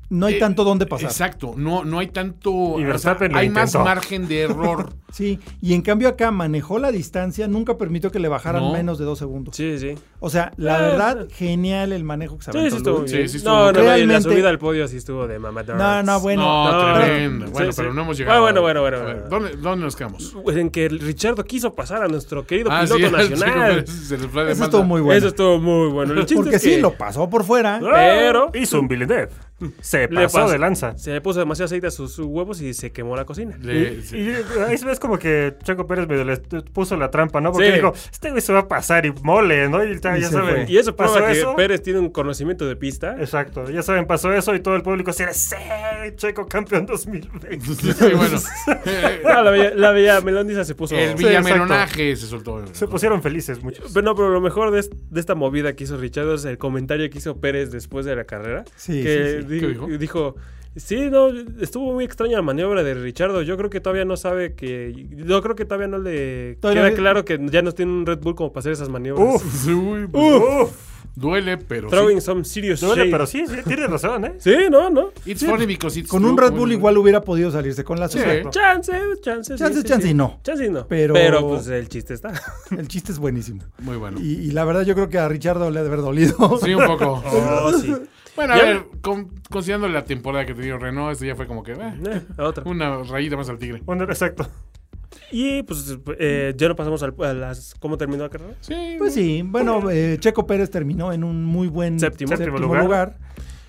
Speaker 1: No hay
Speaker 6: eh,
Speaker 1: tanto donde pasar.
Speaker 6: Exacto, no, no hay tanto.
Speaker 4: Y
Speaker 6: o
Speaker 4: Verstappen lo
Speaker 6: hay más
Speaker 4: intentó.
Speaker 6: margen de
Speaker 3: [laughs]
Speaker 6: error.
Speaker 1: Sí, y en cambio acá manejó la distancia, nunca permitió que le bajaran
Speaker 6: No.
Speaker 1: menos de dos segundos.
Speaker 3: Sí, sí.
Speaker 1: O sea, la
Speaker 3: Ah,
Speaker 1: verdad, genial el manejo que se
Speaker 3: Sí,
Speaker 1: aventó
Speaker 3: sí estuvo
Speaker 1: Lewis.
Speaker 6: Sí,
Speaker 3: bien.
Speaker 6: sí estuvo
Speaker 3: no, no,
Speaker 1: bien.
Speaker 3: no, y la
Speaker 1: Realmente-
Speaker 3: subida al podio sí estuvo de mamá
Speaker 1: No, no, bueno.
Speaker 6: no,
Speaker 3: no,
Speaker 6: tremendo.
Speaker 3: no.
Speaker 6: Bueno,
Speaker 3: Sí,
Speaker 6: pero
Speaker 3: sí.
Speaker 6: no hemos llegado.
Speaker 3: Ah, bueno, bueno, bueno,
Speaker 6: A ver,
Speaker 3: bueno.
Speaker 6: ¿dónde, dónde nos quedamos?
Speaker 3: En que Richardo quiso pasar a nuestro querido
Speaker 6: Ah, sí, [laughs]
Speaker 3: piloto nacional.
Speaker 6: sí, se les fue de
Speaker 1: Eso
Speaker 6: manda.
Speaker 1: estuvo muy bueno.
Speaker 3: Eso estuvo muy bueno. El chiste
Speaker 1: Porque
Speaker 3: es
Speaker 1: sí,
Speaker 3: que
Speaker 1: lo pasó por fuera.
Speaker 3: Pero-
Speaker 4: Hizo un Villeneuve.
Speaker 3: [laughs]
Speaker 4: Se
Speaker 3: Le
Speaker 4: pasó
Speaker 3: pasó.
Speaker 4: de lanza.
Speaker 3: se le puso demasiado aceite a sus huevos y se quemó la cocina.
Speaker 6: Le-
Speaker 4: Y,
Speaker 6: sí. [laughs]
Speaker 4: y ahí es como que Checo Pérez medio le puso la trampa, ¿no? Porque
Speaker 3: Sí.
Speaker 4: dijo, este güey se va a pasar y mole, ¿no? Y, ta-
Speaker 1: Y
Speaker 4: ya
Speaker 1: se
Speaker 4: saben.
Speaker 1: fue.
Speaker 3: Y eso
Speaker 4: pasó
Speaker 3: prueba que
Speaker 4: eso.
Speaker 3: Pérez tiene un conocimiento de pista.
Speaker 4: Exacto, ya saben, pasó eso y todo el público se era, "Sí, Checo campeón 2020.
Speaker 3: [laughs]
Speaker 6: Sí, bueno. Eh,
Speaker 3: [laughs] Ah, la bella, la bella Melondiza se puso.
Speaker 6: [laughs] El
Speaker 4: Sí,
Speaker 6: villamelonaje se soltó.
Speaker 4: Se
Speaker 3: pues,
Speaker 6: [laughs]
Speaker 4: pusieron felices muchos.
Speaker 3: Pero no, pero lo mejor de, es- de esta movida que hizo Richardo es el comentario que hizo Pérez después de la carrera.
Speaker 1: Sí,
Speaker 3: que
Speaker 1: sí,
Speaker 3: di-
Speaker 6: ¿Qué dijo?
Speaker 3: dijo? Sí, no, estuvo muy extraña la maniobra de Richardo. Yo creo que todavía no sabe que. Yo creo que todavía no le
Speaker 1: Todavía
Speaker 3: queda
Speaker 1: no-
Speaker 3: claro que ya nos tiene un Red Bull como para hacer esas maniobras.
Speaker 6: Uf, uy, pues,
Speaker 4: Uf,
Speaker 6: duele, pero.
Speaker 3: Throwing some serious
Speaker 4: duele,
Speaker 3: shade.
Speaker 4: pero sí, sí, tiene razón, ¿eh?
Speaker 3: Sí, no, no.
Speaker 6: sí. It's funny because it's
Speaker 1: Con
Speaker 6: true,
Speaker 1: un Red
Speaker 6: muy
Speaker 1: Bull
Speaker 6: bien.
Speaker 1: igual hubiera podido salirse con la
Speaker 6: Sí.
Speaker 1: suya.
Speaker 3: Chance, chance.
Speaker 1: Chance, chance y no.
Speaker 3: Chance y no.
Speaker 1: Pero-
Speaker 3: Pero... pues el chiste
Speaker 1: [laughs]
Speaker 3: está. [laughs]
Speaker 1: El chiste es buenísimo.
Speaker 6: Muy bueno.
Speaker 1: Y, y la verdad yo creo que a Richardo le ha de haber dolido.
Speaker 6: Sí, un
Speaker 3: [laughs]
Speaker 6: poco.
Speaker 3: Oh, sí.
Speaker 6: Bueno, a
Speaker 3: Ya-
Speaker 6: ver, con- considerando la temporada que te dio Renault, esto ya fue como que. eh,
Speaker 3: Eh, otra.
Speaker 6: una rayita más al tigre.
Speaker 4: Bueno, exacto.
Speaker 3: Y pues eh, ya no pasamos al- a las. ¿Cómo terminó la carrera?
Speaker 6: Sí.
Speaker 1: [laughs] Pues sí, bueno, eh, Checo Pérez terminó en un muy buen
Speaker 3: Séptimo.
Speaker 1: séptimo
Speaker 4: Séptimo
Speaker 1: lugar.
Speaker 4: lugar.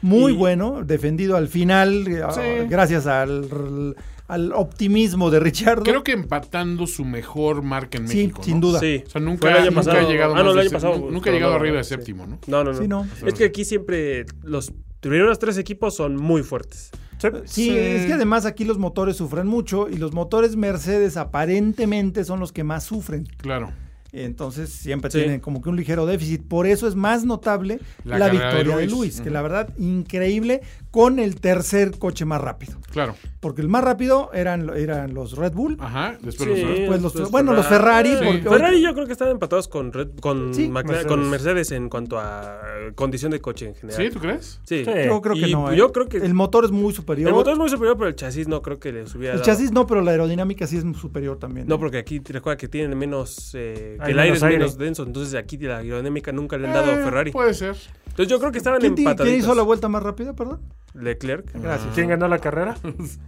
Speaker 1: Muy
Speaker 3: Y-
Speaker 1: bueno, defendido al final, eh,
Speaker 6: Sí.
Speaker 1: gracias al, al optimismo de Richardo.
Speaker 6: Creo que empatando su mejor marca en
Speaker 1: Sí,
Speaker 6: México.
Speaker 1: sin
Speaker 6: ¿no?
Speaker 1: duda.
Speaker 3: Sí.
Speaker 6: O sea, nunca,
Speaker 3: Fue el año
Speaker 6: nunca
Speaker 3: pasado.
Speaker 6: ha llegado
Speaker 3: Ah, no,
Speaker 6: más
Speaker 3: el
Speaker 6: de
Speaker 3: año
Speaker 6: sé-
Speaker 3: pasado.
Speaker 6: nu- Nunca
Speaker 3: Pero
Speaker 6: ha llegado
Speaker 3: no,
Speaker 6: arriba
Speaker 3: no,
Speaker 6: de
Speaker 3: sí.
Speaker 6: séptimo, ¿no?
Speaker 3: No, no, no.
Speaker 1: Sí, no.
Speaker 3: Es que aquí siempre los primeros tres equipos son muy fuertes.
Speaker 4: Sí,
Speaker 1: Sí, es que además aquí los motores sufren mucho y los motores Mercedes aparentemente son los que más sufren.
Speaker 6: Claro.
Speaker 1: Entonces siempre
Speaker 3: Sí.
Speaker 1: tienen como que un ligero déficit. Por eso es más notable la,
Speaker 6: La carrera de
Speaker 1: victoria de
Speaker 6: Luis.
Speaker 1: Luis, que
Speaker 6: Ujú.
Speaker 1: la verdad increíble con el tercer coche más rápido.
Speaker 6: Claro.
Speaker 1: Porque el más rápido eran, eran los Red Bull.
Speaker 3: Ah,
Speaker 6: Ajá. Después
Speaker 3: Sí,
Speaker 6: los-
Speaker 1: Pues los-
Speaker 3: entonces,
Speaker 1: bueno, los Ferrari,
Speaker 3: Sí.
Speaker 6: porque-
Speaker 3: Ferrari yo creo que están empatados con Red- con,
Speaker 1: Sí.
Speaker 3: Macla-
Speaker 4: Mercedes.
Speaker 3: con Mercedes en cuanto a eh, condición de coche en general.
Speaker 6: ¿Sí? ¿Tú crees?
Speaker 3: Sí.
Speaker 4: Sí.
Speaker 1: Yo creo que
Speaker 3: Y
Speaker 1: no. ¿eh?
Speaker 3: yo creo que-
Speaker 1: el motor es muy superior.
Speaker 3: El motor es muy superior, pero el chasis no creo que le hubiera
Speaker 1: El
Speaker 3: dado.
Speaker 1: chasis no, pero la aerodinámica sí es superior también. ¿eh?
Speaker 3: No, porque aquí te recuerda que tienen menos. eh, que
Speaker 4: Hay
Speaker 3: el aire
Speaker 4: menos
Speaker 3: es
Speaker 4: aire.
Speaker 3: menos denso. Entonces aquí la aerodinámica nunca le han dado a
Speaker 6: Eh,
Speaker 3: Ferrari.
Speaker 6: Puede ser.
Speaker 3: Entonces yo creo que estaban
Speaker 1: ¿Quién, ti- quién
Speaker 3: empataditos.
Speaker 1: hizo la vuelta Ah. más rápida, perdón?
Speaker 3: Leclerc.
Speaker 1: Gracias.
Speaker 4: ¿Quién ganó
Speaker 3: [laughs]
Speaker 4: la carrera?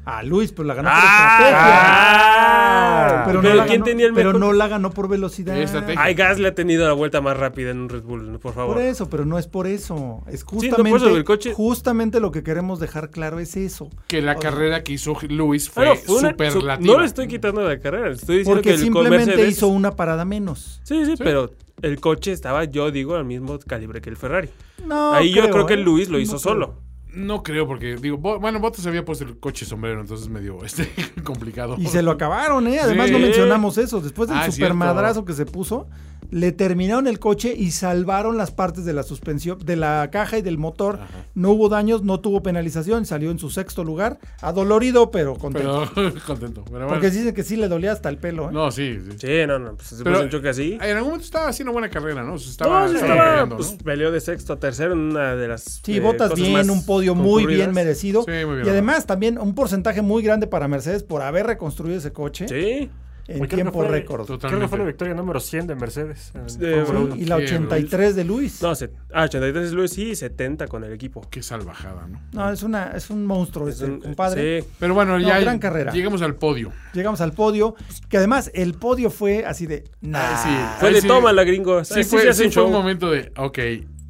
Speaker 1: A Luis, pero la ganó por
Speaker 3: ¡Ah!
Speaker 1: estrategia.
Speaker 3: Pero,
Speaker 1: no la
Speaker 3: ¿quién
Speaker 1: ganó-
Speaker 3: tenía el
Speaker 1: pero
Speaker 3: mejor?
Speaker 1: no la ganó por velocidad.
Speaker 6: Estrategia.
Speaker 3: Ay, Gas le ha tenido la vuelta más rápida en un Red Bull, por favor.
Speaker 1: Por eso, pero no es por eso. Es
Speaker 3: por
Speaker 1: justamente,
Speaker 3: eso, el coche-
Speaker 1: justamente lo que queremos dejar claro es eso.
Speaker 6: Que la carrera que hizo Luis fue,
Speaker 3: Bueno, Ah, fue una-
Speaker 6: superlativa.
Speaker 3: No le estoy quitando la carrera, le estoy diciendo
Speaker 1: Porque
Speaker 3: que el con
Speaker 1: simplemente
Speaker 3: Mercedes-
Speaker 1: hizo una parada menos.
Speaker 3: Sí, sí, pero el coche estaba, yo digo, al mismo calibre que el Ferrari.
Speaker 1: No
Speaker 3: Ahí yo creo que
Speaker 1: ¿eh?
Speaker 3: Luis lo hizo
Speaker 1: No creo.
Speaker 3: solo.
Speaker 6: No creo, porque digo, Bo- bueno, Bottas había puesto el coche sombrero, entonces medio [laughs] este, complicado.
Speaker 1: Y se lo acabaron, ¿eh? Además no
Speaker 6: Sí.
Speaker 1: mencionamos eso. Después del
Speaker 6: Ah, es
Speaker 1: supermadrazo que se puso, le terminaron el coche y salvaron las partes de la suspensión, de la caja y del motor. No hubo daños, no tuvo penalización, salió en su sexto lugar, adolorido pero contento.
Speaker 6: Pero [laughs] contento. Pero bueno.
Speaker 1: Porque dicen que sí le dolía hasta el pelo, ¿eh?
Speaker 6: No, sí. sí.
Speaker 3: Sí, no, no, pues se
Speaker 6: Pero-
Speaker 3: puso un choque así.
Speaker 6: En algún momento estaba haciendo buena carrera, ¿no? O sea, estaba,
Speaker 3: No, sí
Speaker 6: estaba
Speaker 3: estaba,
Speaker 6: peleando, ¿no?
Speaker 3: pues, peleó de sexto a tercero en una de las
Speaker 1: Sí,
Speaker 3: eh,
Speaker 1: botas
Speaker 3: cosas más
Speaker 1: bien, un podio muy bien
Speaker 3: concurridas.
Speaker 1: merecido.
Speaker 6: Sí, muy bien,
Speaker 1: y además también un porcentaje muy grande para Mercedes por haber reconstruido ese coche
Speaker 3: Sí.
Speaker 1: en
Speaker 4: Creo que
Speaker 1: tiempo
Speaker 4: fue-
Speaker 1: récord.
Speaker 4: Creo que fue la
Speaker 6: Totalmente.
Speaker 4: victoria número 100 de Mercedes. en
Speaker 3: Sí,
Speaker 4: Fórmula
Speaker 3: fue-
Speaker 1: Sí,
Speaker 4: Uno.
Speaker 1: y la
Speaker 6: Sí,
Speaker 1: 83 de Luis.
Speaker 3: No, se- ah, 83 es Luis sí, 70 con el equipo.
Speaker 6: Qué salvajada, ¿no?
Speaker 1: No, es, una, es un monstruo
Speaker 3: Es
Speaker 1: este
Speaker 3: un-
Speaker 1: compadre.
Speaker 3: Sí.
Speaker 6: Pero bueno,
Speaker 1: No,
Speaker 6: ya
Speaker 1: gran carrera.
Speaker 6: llegamos al podio.
Speaker 1: Llegamos al podio, que además el podio fue así de... Nah.
Speaker 6: sí.
Speaker 3: Fue
Speaker 6: Ahí
Speaker 3: de
Speaker 6: sí-
Speaker 3: toma la gringo.
Speaker 6: Sí,
Speaker 3: sí,
Speaker 6: fue,
Speaker 3: se hace
Speaker 6: sí
Speaker 3: un
Speaker 6: fue un
Speaker 3: show.
Speaker 6: momento de, ok,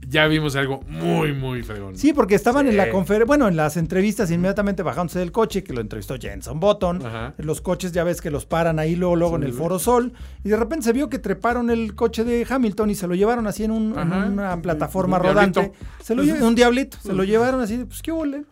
Speaker 6: ya vimos algo muy, muy fregón.
Speaker 1: Sí, porque estaban en la
Speaker 3: Sí.
Speaker 1: conferencia, bueno, en las entrevistas inmediatamente bajándose del coche, que lo entrevistó Jenson Button.
Speaker 6: Ajá.
Speaker 1: Los coches ya ves que los paran ahí luego, luego en el Foro Sol. Y de repente se vio que treparon el coche de Hamilton y se lo llevaron así en, un- en
Speaker 6: Ajá.
Speaker 1: una plataforma
Speaker 6: Un
Speaker 1: rodante.
Speaker 6: diablito.
Speaker 1: Se lo lle- un diablito, se lo llevaron así, pues qué huele.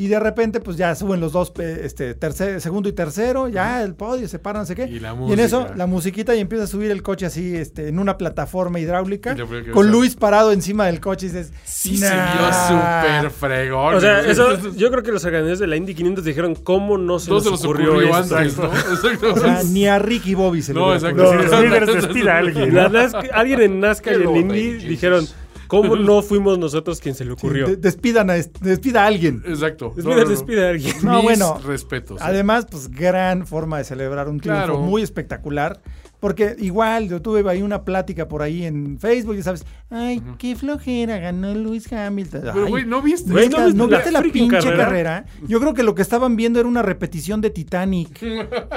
Speaker 1: Y de repente, pues ya suben los dos, eh, este, tercer, segundo y tercero, ya el podio, se paran, no sé qué.
Speaker 6: Y la
Speaker 1: en eso,
Speaker 6: música.
Speaker 1: la musiquita y empieza a subir el coche así, este, en una plataforma hidráulica,
Speaker 6: Y lo primero que
Speaker 1: con
Speaker 6: ves-
Speaker 1: Luis parado encima del coche y dices,
Speaker 6: Sí,
Speaker 1: nah.
Speaker 6: se vio súper fregón.
Speaker 3: O sea,
Speaker 6: ¿no?
Speaker 3: eso, yo creo que los organizadores de la Indy 500 dijeron cómo no se
Speaker 6: Todo
Speaker 3: nos
Speaker 6: se nos
Speaker 3: ocurrió,
Speaker 6: ocurrió
Speaker 3: esto.
Speaker 6: antes, ¿no? Exacto. [laughs]
Speaker 1: O sea, ni a Ricky Bobby se le
Speaker 6: No,
Speaker 1: hubiera
Speaker 6: exacto.
Speaker 1: ocurrido.
Speaker 4: Si los líderes despida a alguien.
Speaker 3: La
Speaker 4: ¿no?
Speaker 3: Nazca- alguien en Nazca y
Speaker 6: Qué
Speaker 3: en
Speaker 6: loco,
Speaker 3: Indy
Speaker 6: Jesus.
Speaker 3: dijeron cómo no fuimos nosotros quien se le ocurrió.
Speaker 1: De- despidan a, est- despida a alguien.
Speaker 6: Exacto.
Speaker 3: Es
Speaker 6: No,
Speaker 3: mira,
Speaker 6: no, no.
Speaker 3: despide a alguien.
Speaker 1: No,
Speaker 6: Mis
Speaker 1: bueno.
Speaker 6: respetos.
Speaker 1: Además, pues gran forma de celebrar un triunfo
Speaker 6: Claro.
Speaker 1: muy espectacular. Porque igual yo tuve ahí una plática por ahí en Facebook y sabes, ay, qué flojera, ganó Luis Hamilton.
Speaker 6: Pero,
Speaker 1: Ay,
Speaker 6: güey, ¿no viste?
Speaker 3: Güey,
Speaker 1: neta, ¿No viste la
Speaker 3: freaking
Speaker 1: pinche carrera?
Speaker 3: carrera?
Speaker 1: Yo creo que lo que estaban viendo era una repetición
Speaker 6: [laughs]
Speaker 1: de Titanic.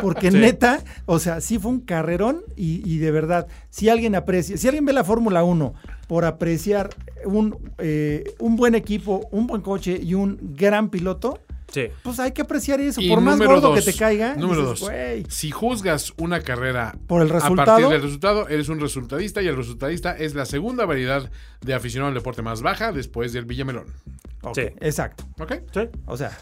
Speaker 1: Porque neta, o sea, sí fue un carrerón y, y de verdad, si alguien aprecia, si alguien ve la Fórmula 1 por apreciar un, eh, un buen equipo, un buen coche y un gran piloto,
Speaker 3: Sí.
Speaker 1: pues hay que apreciar eso.
Speaker 6: Y
Speaker 1: por más
Speaker 6: número
Speaker 1: gordo
Speaker 6: dos,
Speaker 1: que te caiga,
Speaker 6: Número
Speaker 1: dices,
Speaker 6: dos.
Speaker 1: "Güey".
Speaker 6: Si juzgas una carrera
Speaker 1: Por el
Speaker 6: a
Speaker 1: resultado.
Speaker 6: partir del resultado, eres un resultadista y el resultadista es la segunda variedad de aficionado al deporte más baja después del Villamelón.
Speaker 1: Ok,
Speaker 3: Sí.
Speaker 1: Exacto.
Speaker 6: ¿Ok?
Speaker 4: Sí,
Speaker 1: O sea,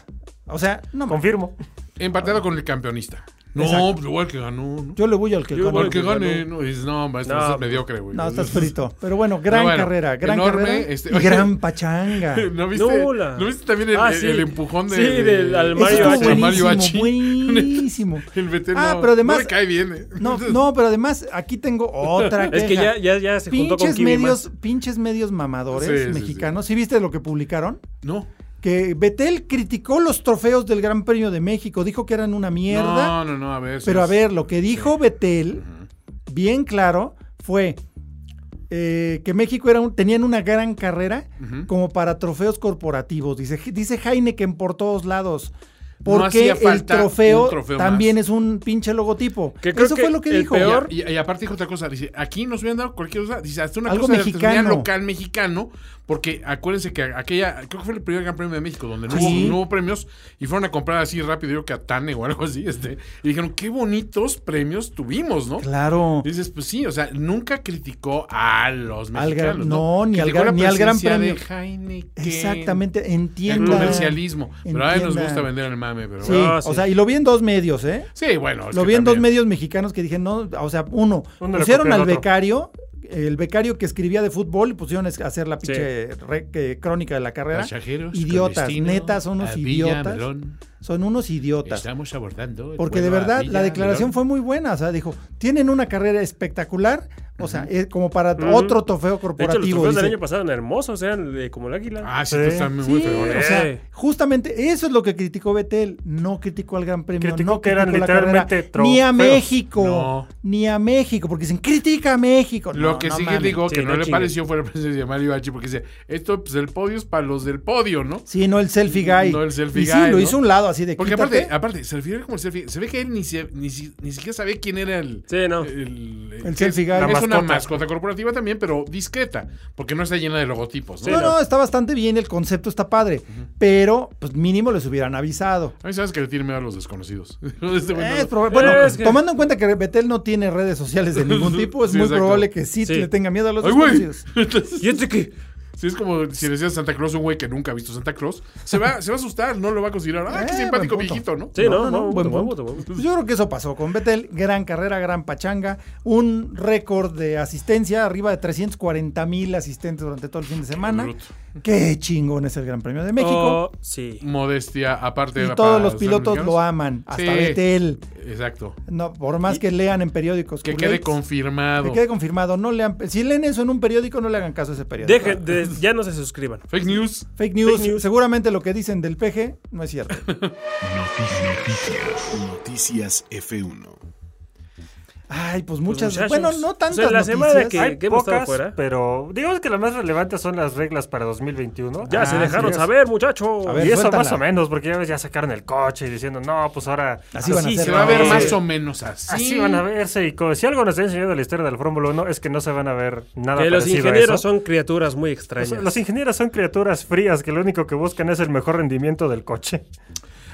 Speaker 1: o sea, no mames.
Speaker 4: confirmo.
Speaker 6: Empatado con el campeonista. No,
Speaker 1: Exacto.
Speaker 6: pues igual que ganó. ¿no?
Speaker 1: Yo le voy al que
Speaker 3: Yo
Speaker 1: gana.
Speaker 6: Igual
Speaker 3: voy al
Speaker 6: que
Speaker 3: que
Speaker 6: gane.
Speaker 3: ganó.
Speaker 6: No, dices, no, maestro,
Speaker 3: No, pues
Speaker 6: estás mediocre, güey.
Speaker 1: No, estás frito. Pero bueno, gran
Speaker 6: No, bueno,
Speaker 1: carrera, gran
Speaker 6: enorme,
Speaker 1: carrera
Speaker 6: este,
Speaker 1: y
Speaker 6: oye.
Speaker 1: gran
Speaker 6: [laughs]
Speaker 1: pachanga.
Speaker 6: [laughs] ¿No viste,
Speaker 3: No, la-
Speaker 6: ¿no viste también el,
Speaker 3: Ah,
Speaker 6: el-
Speaker 3: sí.
Speaker 6: el empujón de,
Speaker 3: Sí, del- al
Speaker 1: Eso
Speaker 3: Mario
Speaker 1: estuvo
Speaker 3: Hachi.
Speaker 1: buenísimo,
Speaker 6: Hachi?
Speaker 3: [laughs]
Speaker 1: buenísimo.
Speaker 6: El veterano.
Speaker 1: Ah, pero además-
Speaker 6: No me cae bien, ¿eh? [laughs]
Speaker 1: No, no, pero además aquí tengo otra queja.
Speaker 3: Es que ya, ya, ya se juntó con
Speaker 1: pinches
Speaker 3: Kimi
Speaker 1: medios,
Speaker 3: más.
Speaker 1: pinches medios mamadores
Speaker 6: Sí, sí, sí.
Speaker 1: mexicanos. Sí. viste lo que publicaron?
Speaker 6: No.
Speaker 1: Que Betel criticó los trofeos del Gran Premio de México, dijo que eran una mierda.
Speaker 6: No, no, no, a ver. sí
Speaker 1: Pero a
Speaker 6: es-
Speaker 1: ver, lo que dijo Betel, bien claro, fue eh, que México era un- tenían una gran carrera
Speaker 6: Ujú.
Speaker 1: como para trofeos corporativos. Dice, dice Heineken por todos lados.
Speaker 6: No
Speaker 1: Porque
Speaker 6: hacía
Speaker 1: el
Speaker 6: falta
Speaker 1: trofeo,
Speaker 6: un trofeo
Speaker 1: también
Speaker 6: más.
Speaker 1: es un pinche logotipo.
Speaker 3: Que creo
Speaker 1: Eso
Speaker 3: que
Speaker 1: fue lo que
Speaker 3: el
Speaker 1: dijo.
Speaker 6: Y a-
Speaker 3: peor-
Speaker 6: Y, y aparte dijo otra cosa, dice, aquí nos hubieran dado cualquier cosa, dice, hasta una
Speaker 1: Algo
Speaker 6: cosa de artesanía
Speaker 1: mexicano.
Speaker 6: local mexicano, porque acuérdense que aquella, creo que fue el primer Gran Premio de México, donde no,
Speaker 1: Sí.
Speaker 6: hubo, no hubo premios, y fueron a comprar así rápido, yo que a Tane o algo así, este, y dijeron, qué bonitos premios tuvimos, ¿no?
Speaker 1: Claro.
Speaker 6: Y Dices, pues sí, o sea, nunca criticó a los
Speaker 1: Al
Speaker 6: mexicanos.
Speaker 1: gran- no, ni al
Speaker 6: Criticó
Speaker 1: gran-
Speaker 6: la
Speaker 1: ni al gran
Speaker 6: presencia
Speaker 1: premio.
Speaker 6: de Heineken,
Speaker 1: Exactamente,
Speaker 6: El
Speaker 1: entienda.
Speaker 6: comercialismo. Pero ay, nos
Speaker 1: Entiendan.
Speaker 6: gusta vender el mame, pero
Speaker 1: Sí,
Speaker 3: Ah,
Speaker 1: o
Speaker 3: sí.
Speaker 1: sea, y lo vi en dos medios, ¿eh?
Speaker 6: Sí, bueno. es
Speaker 1: Lo
Speaker 6: Pues que
Speaker 1: vi en dos
Speaker 6: también-
Speaker 1: medios mexicanos que dije, no, o sea, uno,
Speaker 4: Uno le
Speaker 1: pusieron
Speaker 4: copia al
Speaker 1: al
Speaker 4: otro.
Speaker 1: becario, el becario que escribía de fútbol, y pusieron a hacer la pinche re- que- crónica de la carrera.
Speaker 6: Pasajeros,
Speaker 1: idiotas,
Speaker 6: con destino
Speaker 1: neta, son
Speaker 6: a
Speaker 1: unos
Speaker 6: Villa
Speaker 1: idiotas.
Speaker 6: Melón.
Speaker 1: son unos idiotas.
Speaker 6: Estamos abordando. el
Speaker 1: Porque de
Speaker 6: vuelo a
Speaker 1: verdad
Speaker 6: Villa
Speaker 1: la declaración
Speaker 6: Milón.
Speaker 1: fue muy buena. O sea, dijo, tienen una carrera espectacular, o sea, es como para otro trofeo
Speaker 3: De hecho, los
Speaker 1: corporativo.
Speaker 3: trofeos del
Speaker 1: dice.
Speaker 3: año pasado eran hermosos, eran de- como el águila.
Speaker 6: Ah, sí,
Speaker 4: Sí.
Speaker 6: tú estás muy, muy
Speaker 1: Sí,
Speaker 6: fregón,
Speaker 1: o
Speaker 6: ¿eh?
Speaker 1: sea,
Speaker 3: Eh.
Speaker 1: justamente eso es lo que criticó Betel. No criticó al Gran Premio.
Speaker 4: Criticó
Speaker 1: no
Speaker 4: que eran
Speaker 1: criticó la
Speaker 4: literalmente
Speaker 1: carrera, Ni a
Speaker 4: trofeos.
Speaker 1: México.
Speaker 6: No.
Speaker 1: Ni a México. Porque dicen, critica a México.
Speaker 6: Lo
Speaker 1: No,
Speaker 6: que
Speaker 1: no
Speaker 6: sí que
Speaker 1: mames.
Speaker 6: digo
Speaker 3: Sí,
Speaker 6: que
Speaker 3: no
Speaker 6: no, le
Speaker 3: chingues.
Speaker 6: pareció fue la presencia de Mario H. Porque dice, esto, pues el podio es para los del podio, ¿no?
Speaker 1: Sí, no el selfie guy.
Speaker 6: No el selfie
Speaker 1: y sí,
Speaker 6: guy,
Speaker 1: lo
Speaker 6: ¿no?
Speaker 1: hizo a un lado así de
Speaker 6: Porque
Speaker 1: "Quítate".
Speaker 6: aparte, ah, aparte, se refiere como el selfie. Se ve que él ni, se- ni, si- ni siquiera sabía quién era el.
Speaker 3: Sí,
Speaker 6: [laughs]
Speaker 3: no.
Speaker 6: El,
Speaker 1: El selfie guy.
Speaker 6: Es
Speaker 1: La
Speaker 6: una
Speaker 4: mascota.
Speaker 6: mascota corporativa también, pero discreta. Porque no está llena de logotipos, ¿no?
Speaker 3: Sí,
Speaker 1: no,
Speaker 3: no.
Speaker 1: no, está bastante bien, el concepto está padre, pero pues mínimo les hubieran avisado.
Speaker 6: A mí sabes que le tiene miedo a los desconocidos. [laughs] Este güey no-
Speaker 1: Es proba- bueno,
Speaker 3: Es que-
Speaker 1: tomando en cuenta que Betel no tiene redes
Speaker 6: [laughs]
Speaker 1: sociales de ningún tipo, es
Speaker 6: Sí,
Speaker 1: muy
Speaker 6: exacto.
Speaker 1: probable que sí,
Speaker 3: Sí.
Speaker 1: le tenga miedo a los
Speaker 6: ¡Ay, güey!
Speaker 1: desconocidos.
Speaker 3: ¿Y este qué?
Speaker 6: Sí, es como si le decías Santa Claus a un güey que nunca ha visto Santa Claus. Se va, se va a asustar, no lo va a considerar. Ah, qué
Speaker 1: Eh,
Speaker 6: simpático
Speaker 1: buen punto.
Speaker 6: viejito, ¿no?
Speaker 3: Sí, no,
Speaker 1: no,
Speaker 3: no,
Speaker 1: no, buen
Speaker 3: te muevo,
Speaker 1: punto.
Speaker 3: te muevo.
Speaker 1: Pues yo creo que eso pasó con Betel, gran carrera, gran pachanga, un récord de asistencia, arriba de 340 mil asistentes durante todo el fin de semana.
Speaker 6: bruto.
Speaker 1: Qué chingón es el Gran Premio de México.
Speaker 3: Oh, sí.
Speaker 6: Modestia, aparte
Speaker 1: y
Speaker 6: la- para
Speaker 1: todos los pilotos
Speaker 6: mexicanos.
Speaker 1: lo aman, hasta
Speaker 6: Sí.
Speaker 1: Betel.
Speaker 6: Exacto.
Speaker 1: No, por más que lean en periódicos.
Speaker 6: Que
Speaker 1: culés,
Speaker 6: quede confirmado.
Speaker 1: Que quede confirmado. No lean, si leen eso en un periódico, no le hagan caso a ese periódico.
Speaker 3: Dejen, de- ya no se suscriban.
Speaker 6: Fake news.
Speaker 1: Fake news.
Speaker 3: Fake news.
Speaker 1: Seguramente lo que dicen del PG no es cierto.
Speaker 2: Noticias. Noticias F1.
Speaker 1: Ay, pues muchas.
Speaker 3: Muchachos,
Speaker 1: bueno, no tantas
Speaker 3: o sea, la semana
Speaker 1: noticias.
Speaker 3: que-
Speaker 4: Hay
Speaker 3: que hemos estado
Speaker 4: pocas,
Speaker 3: fuera.
Speaker 4: pero digamos que las más relevantes son las reglas para 2021.
Speaker 3: Ya
Speaker 1: Ah,
Speaker 3: se dejaron
Speaker 1: sí es.
Speaker 3: saber, muchachos.
Speaker 1: A ver,
Speaker 4: y eso
Speaker 1: suéltala.
Speaker 4: más o menos, porque ya ves, ya sacaron el coche y diciendo, no, pues ahora
Speaker 1: Así van a ser
Speaker 6: Se va a ver
Speaker 1: Sí.
Speaker 6: más o menos así.
Speaker 4: así van a verse. Y co- si algo nos ha enseñado la historia del Fórmula 1 es que no se van a ver nada
Speaker 3: que los
Speaker 4: parecido a eso.
Speaker 3: ingenieros son criaturas muy extrañas.
Speaker 4: Los- Los ingenieros son criaturas frías que lo único que buscan es el mejor rendimiento del coche.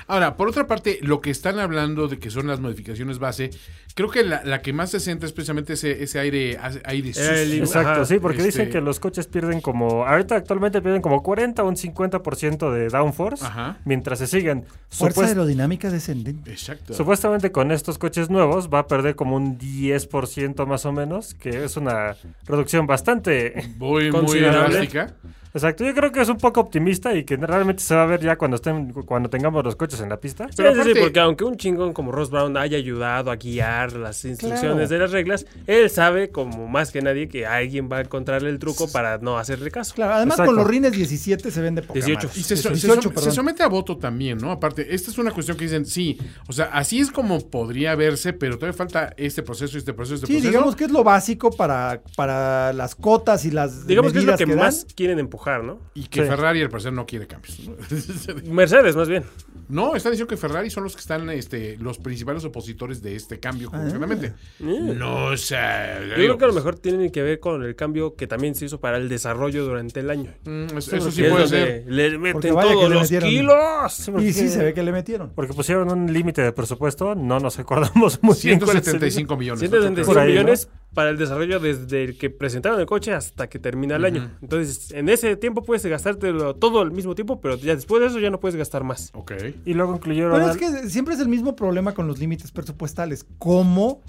Speaker 6: Ahora, por otra parte, lo que están hablando de que son las modificaciones base, creo que la, la que más se siente es precisamente ese, ese aire, aire sucio.
Speaker 3: El-
Speaker 4: Exacto,
Speaker 3: Ajá,
Speaker 4: sí, porque
Speaker 6: este-
Speaker 4: dicen que los coches pierden como. Ahorita actualmente pierden como 40 o un 50% de downforce
Speaker 6: Ajá.
Speaker 4: mientras se siguen.
Speaker 1: Fuerza
Speaker 4: Supuest-
Speaker 1: aerodinámica descendente.
Speaker 6: Exacto.
Speaker 4: Supuestamente con estos coches nuevos va a perder como un 10% más o menos, que es una reducción bastante. [laughs]
Speaker 6: Muy, muy
Speaker 3: Considerable.
Speaker 6: drástica.
Speaker 4: Exacto, yo creo que es un poco optimista y que realmente se va a ver ya cuando estén cuando tengamos los coches en la pista.
Speaker 3: Sí,
Speaker 6: Pero
Speaker 3: sí, sí,
Speaker 6: aparte-
Speaker 3: porque aunque un chingón como Ross Brown haya ayudado a guiar las instrucciones de las reglas, él sabe como más que nadie que alguien va a encontrarle el truco para no hacerle caso.
Speaker 1: Claro, además
Speaker 4: Exacto.
Speaker 1: con los rines 17 se vende poca
Speaker 3: 18.
Speaker 1: madre.
Speaker 6: Y se, so- se
Speaker 1: 18,
Speaker 6: som- se
Speaker 1: perdón.
Speaker 6: somete a voto también, ¿no? Aparte, esta es una cuestión que dicen, sí, o sea, así es como podría verse, pero todavía falta este proceso, este proceso, este
Speaker 1: Sí,
Speaker 6: proceso.
Speaker 1: digamos que es lo básico para, para las cotas y las
Speaker 3: Digamos que es lo
Speaker 1: medidas
Speaker 3: que,
Speaker 1: dan.
Speaker 3: más quieren empujar, ¿no?
Speaker 6: Y que
Speaker 4: Sí.
Speaker 6: Ferrari, al parecer, no quiere cambios. ¿no? [laughs]
Speaker 3: Mercedes, más bien.
Speaker 6: No, están diciendo que Ferrari son los que están este, los principales opositores de este cambio
Speaker 1: Ah.
Speaker 6: constitucionalmente. No, o sea.
Speaker 3: Yo creo que
Speaker 6: pues.
Speaker 3: a lo mejor tienen que ver con el cambio que también se hizo para el desarrollo durante el año.
Speaker 6: Mm, es- eso
Speaker 3: Que
Speaker 6: sí
Speaker 3: es
Speaker 6: puede
Speaker 3: donde
Speaker 6: ser.
Speaker 3: Le
Speaker 1: Porque
Speaker 3: meten
Speaker 1: vaya que
Speaker 3: todos
Speaker 1: le
Speaker 3: los
Speaker 1: metieron.
Speaker 3: kilos.
Speaker 1: Y sí se ve que le metieron.
Speaker 4: Porque pusieron un límite de presupuesto, no nos acordamos muy bien. cuál es el-
Speaker 6: 175 millones. ¿no?
Speaker 3: 165
Speaker 4: Por ahí, ¿no?
Speaker 3: millones para el desarrollo desde el que presentaron el coche hasta que termina el año. Entonces, en ese tiempo puedes gastártelo todo al mismo tiempo, pero ya después de eso ya no puedes gastar más.
Speaker 6: Ok.
Speaker 4: Y luego incluyeron.
Speaker 1: Pero es
Speaker 4: al-
Speaker 1: que siempre es el mismo problema con los límites presupuestales. ¿Cómo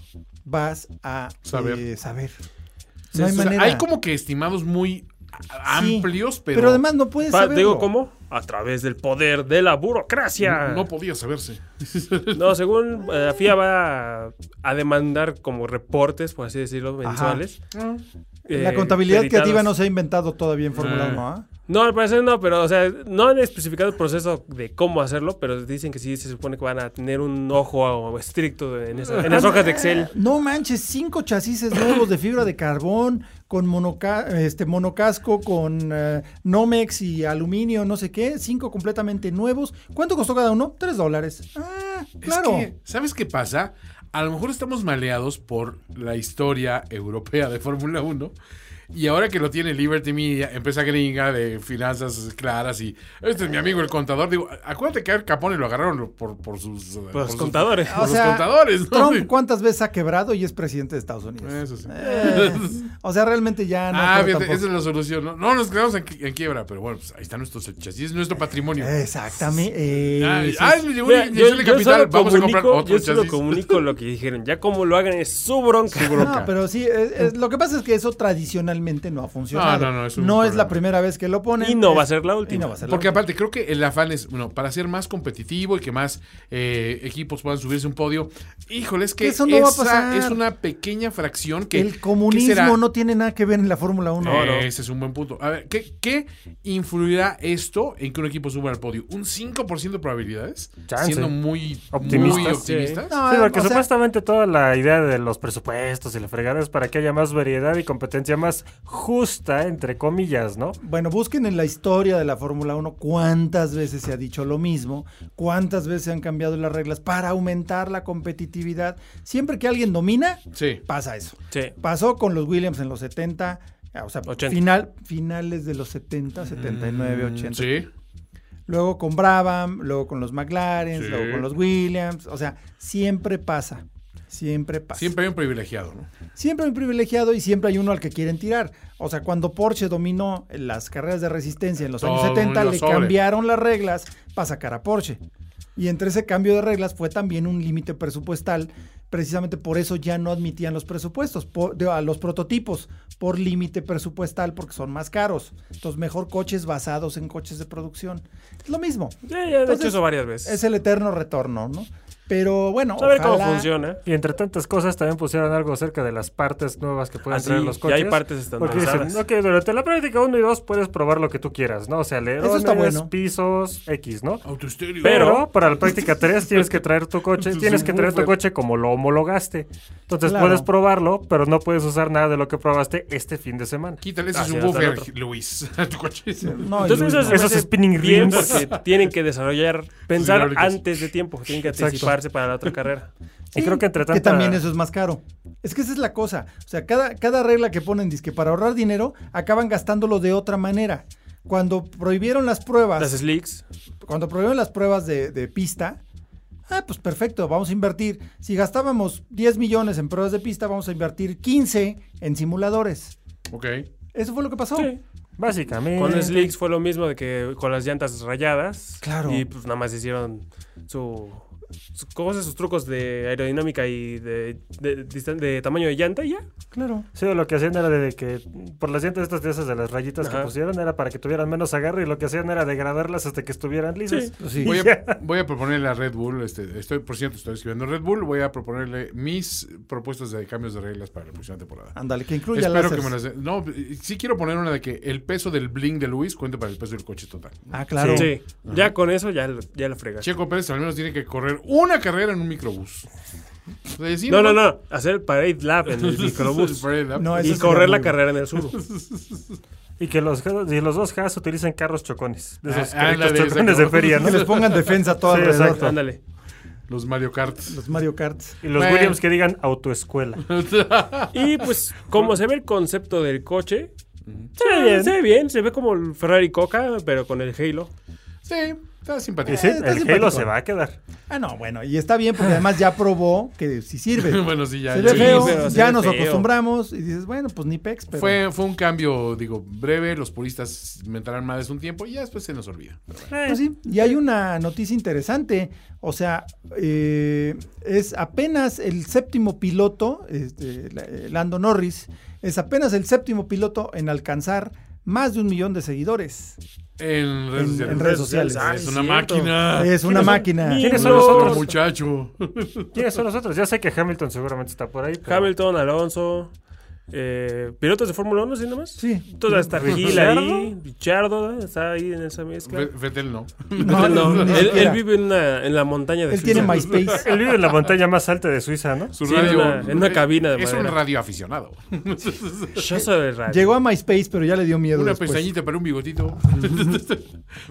Speaker 1: vas a
Speaker 6: Saber.
Speaker 1: eh, saber?
Speaker 6: O
Speaker 1: No hay
Speaker 6: sea,
Speaker 1: manera.
Speaker 6: hay como que estimados muy a-
Speaker 1: Sí,
Speaker 6: amplios, pero.
Speaker 1: Pero, además no puedes
Speaker 3: Pa-
Speaker 1: saber.
Speaker 3: digo, ¿cómo? A través del poder de la burocracia.
Speaker 6: No podía
Speaker 1: [laughs]
Speaker 6: saberse. [laughs]
Speaker 3: No, según eh, la FIA va a, a demandar como reportes, por así decirlo, mensuales.
Speaker 1: La
Speaker 3: eh,
Speaker 1: contabilidad creativa
Speaker 3: editados.
Speaker 1: no se ha inventado todavía en Fórmula 1, ¿ah?
Speaker 3: No, al parecer no, pero, o sea, no han especificado el proceso de cómo hacerlo, pero dicen que sí se supone que van a tener un ojo estricto en, esa- en las hojas de Excel.
Speaker 1: No manches, cinco chasis nuevos de fibra de carbón, con monoca- este, monocasco, con eh, Nomex y aluminio, no sé qué, cinco completamente nuevos. ¿Cuánto costó cada uno? Tres dólares. Ah, claro.
Speaker 6: Es que, ¿sabes qué pasa? A lo mejor estamos maleados por la historia europea de Fórmula 1. Y ahora que lo tiene Liberty Media, empresa gringa de finanzas claras y este es mi amigo el contador, digo, acuérdate que a Al Capone lo agarraron por, por sus... eh,
Speaker 3: Pues
Speaker 6: sus-
Speaker 3: contadores.
Speaker 6: por los contadores, ¿no?
Speaker 1: Trump, ¿cuántas veces ha quebrado y es presidente de Estados Unidos?
Speaker 6: Eso sí. [laughs]
Speaker 1: Eh, o sea, realmente ya no.
Speaker 6: ah,
Speaker 1: creo
Speaker 6: fíjate,
Speaker 1: tampoco.
Speaker 6: esa es la solución. No, No nos quedamos en, qui- en quiebra, pero bueno, pues ahí está nuestro chasis, es nuestro patrimonio.
Speaker 1: Exactamente. eh,
Speaker 6: Ah,
Speaker 1: sí,
Speaker 6: ah, me llegó una
Speaker 3: Mira, yo,
Speaker 6: inyección de
Speaker 3: yo
Speaker 6: capital,
Speaker 3: solo
Speaker 6: vamos a comprar
Speaker 3: comunico,
Speaker 6: otro
Speaker 3: yo solo
Speaker 6: chasis.
Speaker 3: comunico lo que dijeron. Ya como lo hagan es su bronca.
Speaker 6: Su bronca.
Speaker 1: No, pero sí, es- es- lo que pasa es que eso realmente no ha funcionado.
Speaker 6: No, no, no, es un
Speaker 1: la
Speaker 6: problema.
Speaker 1: primera vez que lo ponen.
Speaker 3: Y no va a
Speaker 1: Es-
Speaker 3: ser la
Speaker 1: Y
Speaker 3: última.
Speaker 1: no va a ser la
Speaker 6: Porque aparte, creo que el afán es, bueno, para ser más competitivo y que más eh, equipos puedan subirse a un podio. Híjole, es que
Speaker 1: Eso no va a
Speaker 6: esa
Speaker 1: pasar.
Speaker 6: es una pequeña fracción que.
Speaker 1: el
Speaker 6: que será-
Speaker 1: comunismo no tiene nada que ver en la Fórmula 1.
Speaker 6: Eh, Ese es un buen punto. A ver, ¿qué, qué influirá esto en que un equipo suba al podio? ¿Un 5% de probabilidades?
Speaker 4: Chance.
Speaker 6: Siendo muy
Speaker 4: Optimistas.
Speaker 6: muy optimistas.
Speaker 1: No, eh,
Speaker 4: Sí, porque
Speaker 1: o sea,
Speaker 4: supuestamente toda la idea de los presupuestos y la fregada es para que haya más variedad y competencia más justa, entre comillas, ¿no?
Speaker 1: Bueno, busquen en la historia de la Fórmula 1 cuántas veces se ha dicho lo mismo, cuántas veces se han cambiado las reglas para aumentar la competitividad. Siempre que alguien domina,
Speaker 6: Sí.
Speaker 1: pasa eso.
Speaker 3: [laughs] Sí.
Speaker 1: Pasó con los Williams en los 70, o sea,
Speaker 3: 80.
Speaker 1: final finales de los 70, 79, 80.
Speaker 6: Mm, Sí.
Speaker 1: Luego con Brabham, luego con los McLaren,
Speaker 6: Sí.
Speaker 1: luego con los Williams, o sea, siempre pasa. Siempre pasa.
Speaker 6: Siempre hay un privilegiado, ¿no?
Speaker 1: Siempre hay un privilegiado y siempre hay uno al que quieren tirar. O sea, cuando Porsche dominó las carreras de resistencia en los
Speaker 6: Todo
Speaker 1: años 70,
Speaker 6: mundo
Speaker 1: le
Speaker 6: sobre.
Speaker 1: cambiaron las reglas para sacar a Porsche. Y entre ese cambio de reglas fue también un límite presupuestal. Precisamente por eso ya no admitían los presupuestos, po- de- a los prototipos, por límite presupuestal, porque son más caros. Entonces, mejor coches basados en coches de producción. Es lo mismo.
Speaker 3: Ya, ya, de hecho
Speaker 1: Entonces,
Speaker 3: eso varias veces.
Speaker 1: Es el eterno retorno, ¿no? Pero bueno,
Speaker 3: a ver cómo
Speaker 1: ojalá-
Speaker 3: funciona.
Speaker 4: Y entre tantas cosas también pusieron algo acerca de las partes nuevas que pueden
Speaker 3: Ah, sí,
Speaker 4: traer los
Speaker 3: ya
Speaker 4: coches.
Speaker 3: hay partes
Speaker 4: Porque dicen,
Speaker 3: estandarizadas.
Speaker 4: ok, durante la práctica 1 y 2 puedes probar lo que tú quieras, ¿no? O sea,
Speaker 1: Eso está
Speaker 4: alerones,
Speaker 1: bueno.
Speaker 4: pisos, X, ¿no?
Speaker 6: Autoestéreo.
Speaker 4: Pero para la práctica 3 tienes que traer
Speaker 3: [laughs]
Speaker 4: tu coche,
Speaker 6: Tu
Speaker 4: tienes que traer tu
Speaker 6: subwoofer.
Speaker 4: coche como lo homologaste. Entonces
Speaker 1: Claro.
Speaker 4: puedes probarlo, pero no puedes usar nada de lo que probaste este fin de semana.
Speaker 6: Quítale
Speaker 3: Ah,
Speaker 6: ese
Speaker 3: sí, hasta el
Speaker 6: subwoofer, Luis, [laughs] a tu coche.
Speaker 1: No, y
Speaker 3: Entonces
Speaker 1: Luis,
Speaker 3: eso se me
Speaker 4: Esos
Speaker 3: hace
Speaker 4: spinning
Speaker 3: bien
Speaker 4: rims.
Speaker 3: Porque tienen que desarrollar, pensar
Speaker 6: hidráulicas.
Speaker 3: antes de tiempo. Tienen que
Speaker 4: Exacto.
Speaker 3: anticiparse para la otra carrera.
Speaker 4: Y creo que entre
Speaker 1: Que
Speaker 4: tanta-
Speaker 1: también eso es más caro. Es que esa es la cosa. O sea, cada, cada regla que ponen, que para ahorrar dinero, acaban gastándolo de otra manera. Cuando prohibieron las pruebas,
Speaker 3: Las slicks.
Speaker 1: cuando prohibieron las pruebas de, de pista, ah, pues perfecto, vamos a invertir. Si gastábamos 10 millones en pruebas de pista, vamos a invertir 15 en simuladores.
Speaker 6: Ok.
Speaker 1: Eso fue lo que pasó.
Speaker 3: Sí.
Speaker 4: Básicamente.
Speaker 3: Con slicks fue lo mismo de que con las llantas rayadas.
Speaker 1: Claro.
Speaker 3: Y pues nada más hicieron su, su- cosas, sus trucos de aerodinámica y de, de, distan- de tamaño de llanta y ya.
Speaker 1: Claro.
Speaker 4: Sí, lo que hacían era de que por las llantas estas de esas de las rayitas que
Speaker 3: Ajá.
Speaker 4: pusieron era para que tuvieran menos agarre y lo que hacían era degradarlas hasta que estuvieran lisas.
Speaker 1: Sí.
Speaker 6: Voy
Speaker 1: [laughs]
Speaker 6: a, voy a proponerle a Red Bull, este, estoy, por cierto, estoy escribiendo Red Bull, voy a proponerle mis propuestas de cambios de reglas para la próxima temporada.
Speaker 1: Ándale, que incluya
Speaker 6: Espero que
Speaker 1: láseres.
Speaker 6: me las... de- No, eh, sí quiero poner una de que el peso del bling de Luis cuente para el peso del coche total.
Speaker 1: Ah, claro.
Speaker 3: Sí. Ya con eso ya, lo- ya la fregas.
Speaker 6: Checo Pérez al menos tiene que correr una carrera en un microbús. O sea, sí,
Speaker 3: No, no,
Speaker 6: nomás- [laughs]
Speaker 3: no. Hacer parade lap en el microbús.
Speaker 6: Parade lap.
Speaker 1: No, eso
Speaker 3: y
Speaker 1: sería
Speaker 3: correr la
Speaker 1: muy-
Speaker 3: carrera en el [laughs] sur.
Speaker 4: Y que los, y los dos Haas utilizan carros chocones. De esos
Speaker 6: Ah, ándale,
Speaker 4: carritos
Speaker 6: exacto.
Speaker 4: chocones de feria, ¿no?
Speaker 1: Que les pongan defensa todo
Speaker 4: Sí,
Speaker 1: alrededor.
Speaker 4: exacto.
Speaker 3: Ándale.
Speaker 6: Los Mario Kart.
Speaker 1: Los Mario Karts.
Speaker 4: Y los
Speaker 6: Bueno.
Speaker 4: Williams que digan autoescuela.
Speaker 3: Y pues, como se ve el concepto del coche, se ve bien, se ve, bien, se ve como el Ferrari Coca, pero con el Halo.
Speaker 6: Sí, está simpático.
Speaker 4: Y sí,
Speaker 1: Eh, está
Speaker 4: el
Speaker 1: simpático.
Speaker 4: Halo se va a quedar.
Speaker 1: Ah, no, bueno, y está bien porque además ya probó que sí
Speaker 6: [laughs]
Speaker 1: sirve.
Speaker 6: bueno, sí, ya.
Speaker 1: se ve
Speaker 6: sí.
Speaker 1: feo,
Speaker 3: pero se
Speaker 1: ya
Speaker 3: ve
Speaker 1: nos
Speaker 3: feo.
Speaker 1: acostumbramos y dices, bueno, pues ni pex, pero
Speaker 6: Fue, fue un cambio, digo, breve. Los puristas mentarán más un tiempo y ya después se nos olvida. Pero
Speaker 3: Eh.
Speaker 6: bueno.
Speaker 1: Pues sí, y hay una noticia interesante, o sea, eh, es apenas el séptimo piloto, este, la- eh, Lando Norris, es apenas el séptimo piloto en alcanzar más de un millón de seguidores.
Speaker 6: En redes
Speaker 1: En-
Speaker 6: sociales.
Speaker 1: en redes sociales.
Speaker 3: Ah,
Speaker 6: es
Speaker 3: sí,
Speaker 6: una
Speaker 3: cierto. Ah.
Speaker 6: máquina.
Speaker 1: es una máquina.
Speaker 3: Ni-
Speaker 4: ¿Quiénes
Speaker 6: Es
Speaker 4: son los
Speaker 6: otro
Speaker 4: otros?
Speaker 6: muchacho.
Speaker 4: ¿Quiénes son los otros? Ya sé que Hamilton seguramente está por ahí. pero-
Speaker 3: Hamilton, Alonso, eh, pilotos de Fórmula 1, ¿sí nomás?
Speaker 1: Sí.
Speaker 3: Toda esta Gil
Speaker 4: ¿Richardo?
Speaker 3: ahí, Richardo está ahí en esa mezcla.
Speaker 6: Ve- Vettel no.
Speaker 3: [laughs] No, no,
Speaker 1: ni
Speaker 3: él,
Speaker 1: siquiera.
Speaker 3: él vive en, una- en la montaña de
Speaker 1: Él tiene
Speaker 3: Suiza.
Speaker 1: MySpace.
Speaker 4: Él vive en la montaña más alta de Suiza, ¿no?
Speaker 6: Su Eh,
Speaker 3: Sí, en una- en una cabina de
Speaker 6: Es
Speaker 3: madera.
Speaker 6: un radio aficionado. [laughs]
Speaker 3: Yo soy de radio.
Speaker 1: Llegó a MySpace, pero ya le dio miedo.
Speaker 6: Una
Speaker 1: después.
Speaker 6: pestañita para un bigotito.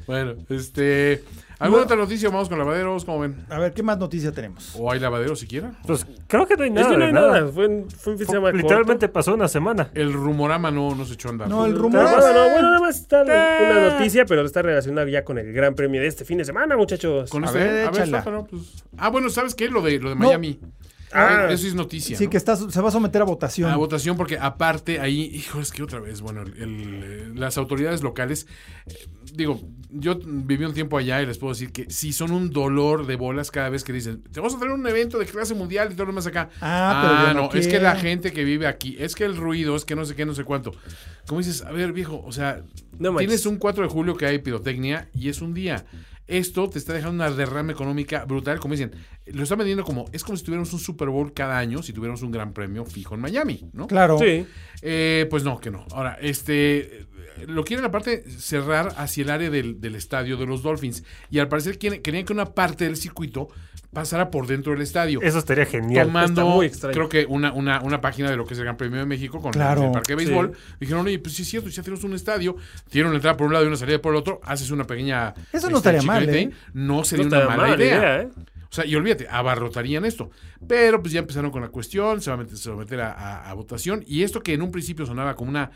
Speaker 6: bueno, este. ¿Alguna otra noticia? Vamos con lavaderos, ¿cómo ven?
Speaker 1: A ver, ¿qué más noticia tenemos?
Speaker 6: ¿O hay lavaderos siquiera?
Speaker 4: Pues creo que no hay
Speaker 3: Es
Speaker 4: nada.
Speaker 3: que no
Speaker 4: de
Speaker 3: hay
Speaker 4: nada.
Speaker 3: nada. Fue un, fue un fin de semana
Speaker 4: Literalmente pasó una semana.
Speaker 6: El rumorama no, no se echó a andar.
Speaker 1: No, el
Speaker 3: corto.
Speaker 1: rumor.
Speaker 3: Pero bueno, no, bueno, nada más está una noticia, pero está relacionada ya con el Gran Premio de este fin de semana, muchachos.
Speaker 6: Con
Speaker 1: A
Speaker 6: este-
Speaker 1: ver,
Speaker 6: a ver,
Speaker 1: échala.
Speaker 6: está, pero, pues- Ah, bueno, ¿sabes qué? Lo de, lo de
Speaker 1: No.
Speaker 6: Miami.
Speaker 3: Ah.
Speaker 6: Eh, Eso sí es noticia.
Speaker 1: Sí,
Speaker 6: ¿no?
Speaker 1: que está, se va a someter a votación.
Speaker 6: A votación, porque aparte ahí, hijo, es que otra vez, bueno, el- el- eh, las autoridades locales eh, digo, yo viví un tiempo allá y les puedo decir que sí son un dolor de bolas cada vez que dicen, te vamos a tener un evento de clase mundial y todo lo más acá.
Speaker 1: Ah, pero yo no
Speaker 6: es que
Speaker 1: quiero.
Speaker 6: la gente que vive aquí, es que el ruido, es que no sé qué, no sé cuánto. Como dices, a ver, viejo, o sea,
Speaker 3: No manches.
Speaker 6: tienes un 4 de julio que hay pirotecnia y es un día. Esto te está dejando una derrama económica brutal, como dicen. Lo están vendiendo como, es como si tuviéramos un Super Bowl cada año, si tuviéramos un gran premio fijo en Miami, ¿no?
Speaker 1: Claro.
Speaker 3: Sí.
Speaker 6: Eh, pues no, que no. Ahora, este. eh, Lo quieren aparte cerrar hacia el área del, del estadio de los Dolphins. Y al parecer quieren- querían que una parte del circuito pasara por dentro del estadio.
Speaker 4: Eso estaría genial.
Speaker 6: Tomando,
Speaker 3: está muy extraño.
Speaker 6: creo que una, una, una página de lo que es el Gran Premio de México con
Speaker 1: Claro.
Speaker 6: el Parque de Béisbol. Dijeron, oye, pues sí es cierto, ya tenemos un estadio, tiene una entrada por un lado y una salida por el otro, haces una pequeña.
Speaker 1: Eso no
Speaker 6: este,
Speaker 1: estaría mal,
Speaker 6: chiclete,
Speaker 1: ¿eh?
Speaker 6: No sería
Speaker 3: No
Speaker 6: una
Speaker 3: está
Speaker 6: mala,
Speaker 3: mal
Speaker 6: idea.
Speaker 3: ¿eh?
Speaker 6: O sea, y olvídate, abarrotarían esto. Pero pues ya empezaron con la cuestión, se va a meter, se va a, meter a- a- a votación. Y esto que en un principio sonaba como una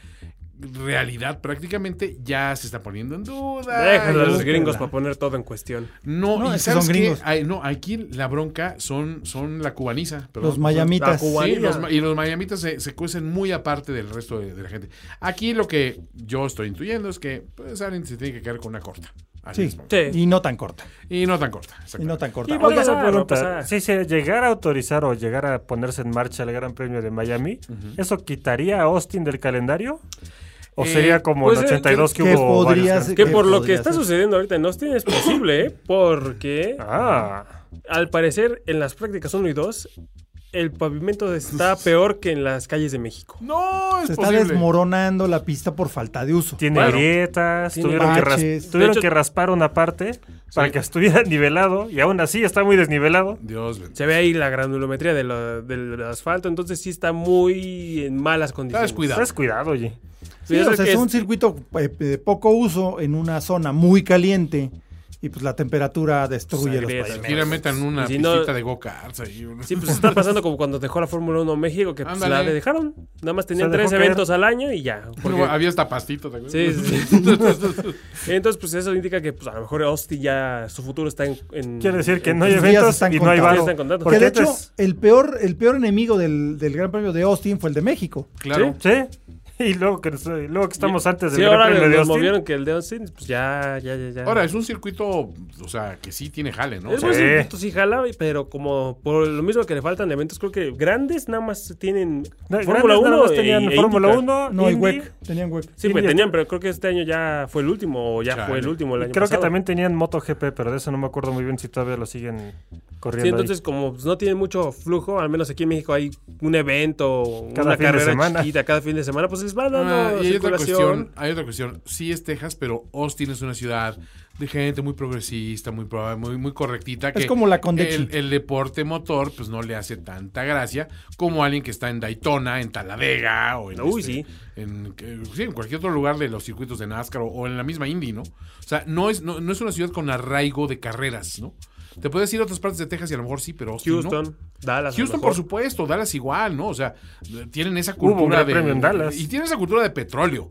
Speaker 6: realidad prácticamente, ya se está poniendo en duda.
Speaker 3: Déjalo a los
Speaker 1: Ay,
Speaker 3: gringos
Speaker 1: no.
Speaker 3: para poner todo en cuestión.
Speaker 6: No,
Speaker 1: No,
Speaker 6: y
Speaker 1: es que son
Speaker 6: sabes qué?
Speaker 1: gringos.
Speaker 6: Ay, no, aquí la bronca son, son la cubaniza. perdón.
Speaker 1: Los mayamitas.
Speaker 3: La cuba-
Speaker 6: Sí,
Speaker 3: Guarida.
Speaker 6: los ma- y los miamitas se, se cuecen muy aparte del resto de, de la gente. Aquí lo que yo estoy intuyendo es que pues, alguien se tiene que quedar con una corta. Así
Speaker 1: Sí.
Speaker 6: es.
Speaker 3: Sí.
Speaker 1: Y no tan corta.
Speaker 6: Y no tan corta.
Speaker 1: Y
Speaker 6: exactamente.
Speaker 1: no tan corta.
Speaker 3: Y vamos
Speaker 4: Oiga,
Speaker 3: a
Speaker 4: una pregunta.
Speaker 3: pasar.
Speaker 4: Si se llegara a autorizar o llegara a ponerse en marcha el Gran Premio de Miami, ¿eso quitaría a Austin del calendario? ¿O
Speaker 6: Eh,
Speaker 4: sería como
Speaker 3: pues,
Speaker 4: el
Speaker 3: eh,
Speaker 4: 82 que,
Speaker 1: que
Speaker 4: hubo
Speaker 1: podría
Speaker 4: varios
Speaker 1: ser-
Speaker 3: Que
Speaker 1: ¿Qué
Speaker 3: por lo que
Speaker 1: podría
Speaker 3: está
Speaker 1: ser?
Speaker 3: sucediendo ahorita en Austin es posible, ¿eh? porque
Speaker 4: can- Ah,
Speaker 3: al parecer en las prácticas 1 y 2 el pavimento
Speaker 4: [laughs]
Speaker 3: está peor que en las calles de México.
Speaker 6: No, es
Speaker 1: Se está
Speaker 6: posible.
Speaker 1: desmoronando la pista por falta de uso.
Speaker 4: tiene
Speaker 3: Bueno,
Speaker 4: grietas,
Speaker 3: tiene
Speaker 4: tuvieron, que, ras-
Speaker 1: baches.
Speaker 4: tuvieron
Speaker 3: De hecho-
Speaker 4: que raspar una parte para que estuviera [laughs] nivelado y aún así está muy desnivelado.
Speaker 6: Dios bendito.
Speaker 3: Se ve ahí la granulometría de la- del asfalto, entonces sí está muy en malas
Speaker 6: Está
Speaker 3: condiciones.
Speaker 6: descuidado.
Speaker 4: Estás Pues, cuidado, oye.
Speaker 1: Sí,
Speaker 3: Yo
Speaker 1: o
Speaker 3: creo
Speaker 1: sea,
Speaker 3: que
Speaker 1: es un
Speaker 3: es-
Speaker 1: circuito eh, de poco uso en una zona muy caliente y pues la temperatura destruye los
Speaker 3: Sagrera.
Speaker 1: países.
Speaker 6: Siquiera metan una
Speaker 3: Y si no-
Speaker 6: pistita de go-karts ahí. una-
Speaker 3: Sí,
Speaker 4: [laughs]
Speaker 3: pues está pasando como cuando dejó la Fórmula 1 México, que pues, la
Speaker 6: Ándale.
Speaker 3: dejaron. Nada más tenían
Speaker 4: Se dejó
Speaker 3: tres
Speaker 4: caer.
Speaker 3: eventos al año y
Speaker 4: [laughs]
Speaker 3: ya.
Speaker 6: Porque
Speaker 3: porque-
Speaker 6: había hasta pastito, ¿te acuerdas?
Speaker 3: Sí, sí, Entonces, pues eso indica que pues, a lo mejor Austin ya su futuro está en. en-
Speaker 4: Quiere decir que no hay
Speaker 1: Los días
Speaker 4: eventos
Speaker 1: están
Speaker 4: y no hay
Speaker 1: contados.
Speaker 4: varo.
Speaker 3: Están contados.
Speaker 4: Porque
Speaker 1: Que de hecho,
Speaker 4: antes-
Speaker 1: el peor, el peor enemigo del, del Gran Premio de Austin fue el de México.
Speaker 6: [laughs] Claro.
Speaker 4: Sí. [laughs] Y luego que, y luego que estamos antes del
Speaker 3: Sí,
Speaker 4: Gran
Speaker 3: ahora
Speaker 4: Premio
Speaker 3: nos
Speaker 4: de Austin.
Speaker 3: movieron que el de Austin, pues ya, ya, ya. ya.
Speaker 6: Ahora, es un circuito, o sea, que sí tiene jale, ¿no? O
Speaker 3: Es
Speaker 6: sea,
Speaker 3: buen
Speaker 4: Sí.
Speaker 3: circuito, sí jala, pero como por lo mismo que le faltan eventos, creo que grandes nada más tienen
Speaker 4: No,
Speaker 3: Fórmula
Speaker 4: grandes nada
Speaker 3: 1.
Speaker 4: más tenían
Speaker 3: e- e
Speaker 4: Fórmula
Speaker 3: IndyCar.
Speaker 4: 1,
Speaker 1: No, y
Speaker 4: Indy,
Speaker 1: WEC. Tenían WEC.
Speaker 3: Sí, pues
Speaker 4: Indy-
Speaker 3: tenían, pero creo que este año ya fue el último, o ya
Speaker 6: Chale.
Speaker 3: fue el último el
Speaker 4: y
Speaker 3: año
Speaker 4: creo
Speaker 3: pasado.
Speaker 4: que también tenían MotoGP, pero de eso no me acuerdo muy bien si todavía lo siguen corriendo.
Speaker 3: Sí,
Speaker 4: ahí.
Speaker 3: entonces como pues, no tiene mucho flujo, al menos aquí en México hay un evento,
Speaker 4: Cada
Speaker 3: una
Speaker 4: fin de
Speaker 3: carrera
Speaker 4: semana.
Speaker 3: chiquita cada fin de semana, pues les va dando
Speaker 6: Ah, y hay otra
Speaker 3: circulación.
Speaker 6: cuestión, hay otra cuestión. Sí es Texas, pero Austin es una ciudad de gente muy progresista, muy pro- muy, muy correctita. Que
Speaker 1: como la Condechi.
Speaker 6: El, el deporte motor, pues no le hace tanta gracia como alguien que está en Daytona, en Talladega o en, este,
Speaker 3: Uy, sí.
Speaker 6: en, eh, sí, en cualquier otro lugar de los circuitos de NASCAR o, o en la misma Indy, ¿no? O sea, no es, no, no es una ciudad con arraigo de carreras, ¿no? Te puedes ir a otras partes de Texas y a lo mejor sí, pero Austin no.
Speaker 3: Houston, Dallas. a lo
Speaker 6: Houston,
Speaker 3: mejor.
Speaker 6: por supuesto, Dallas igual, ¿no? O sea, tienen esa
Speaker 4: Hubo un
Speaker 6: cultura
Speaker 4: gran
Speaker 6: de.
Speaker 4: premio en Dallas.
Speaker 6: Y tienen esa cultura de petróleo.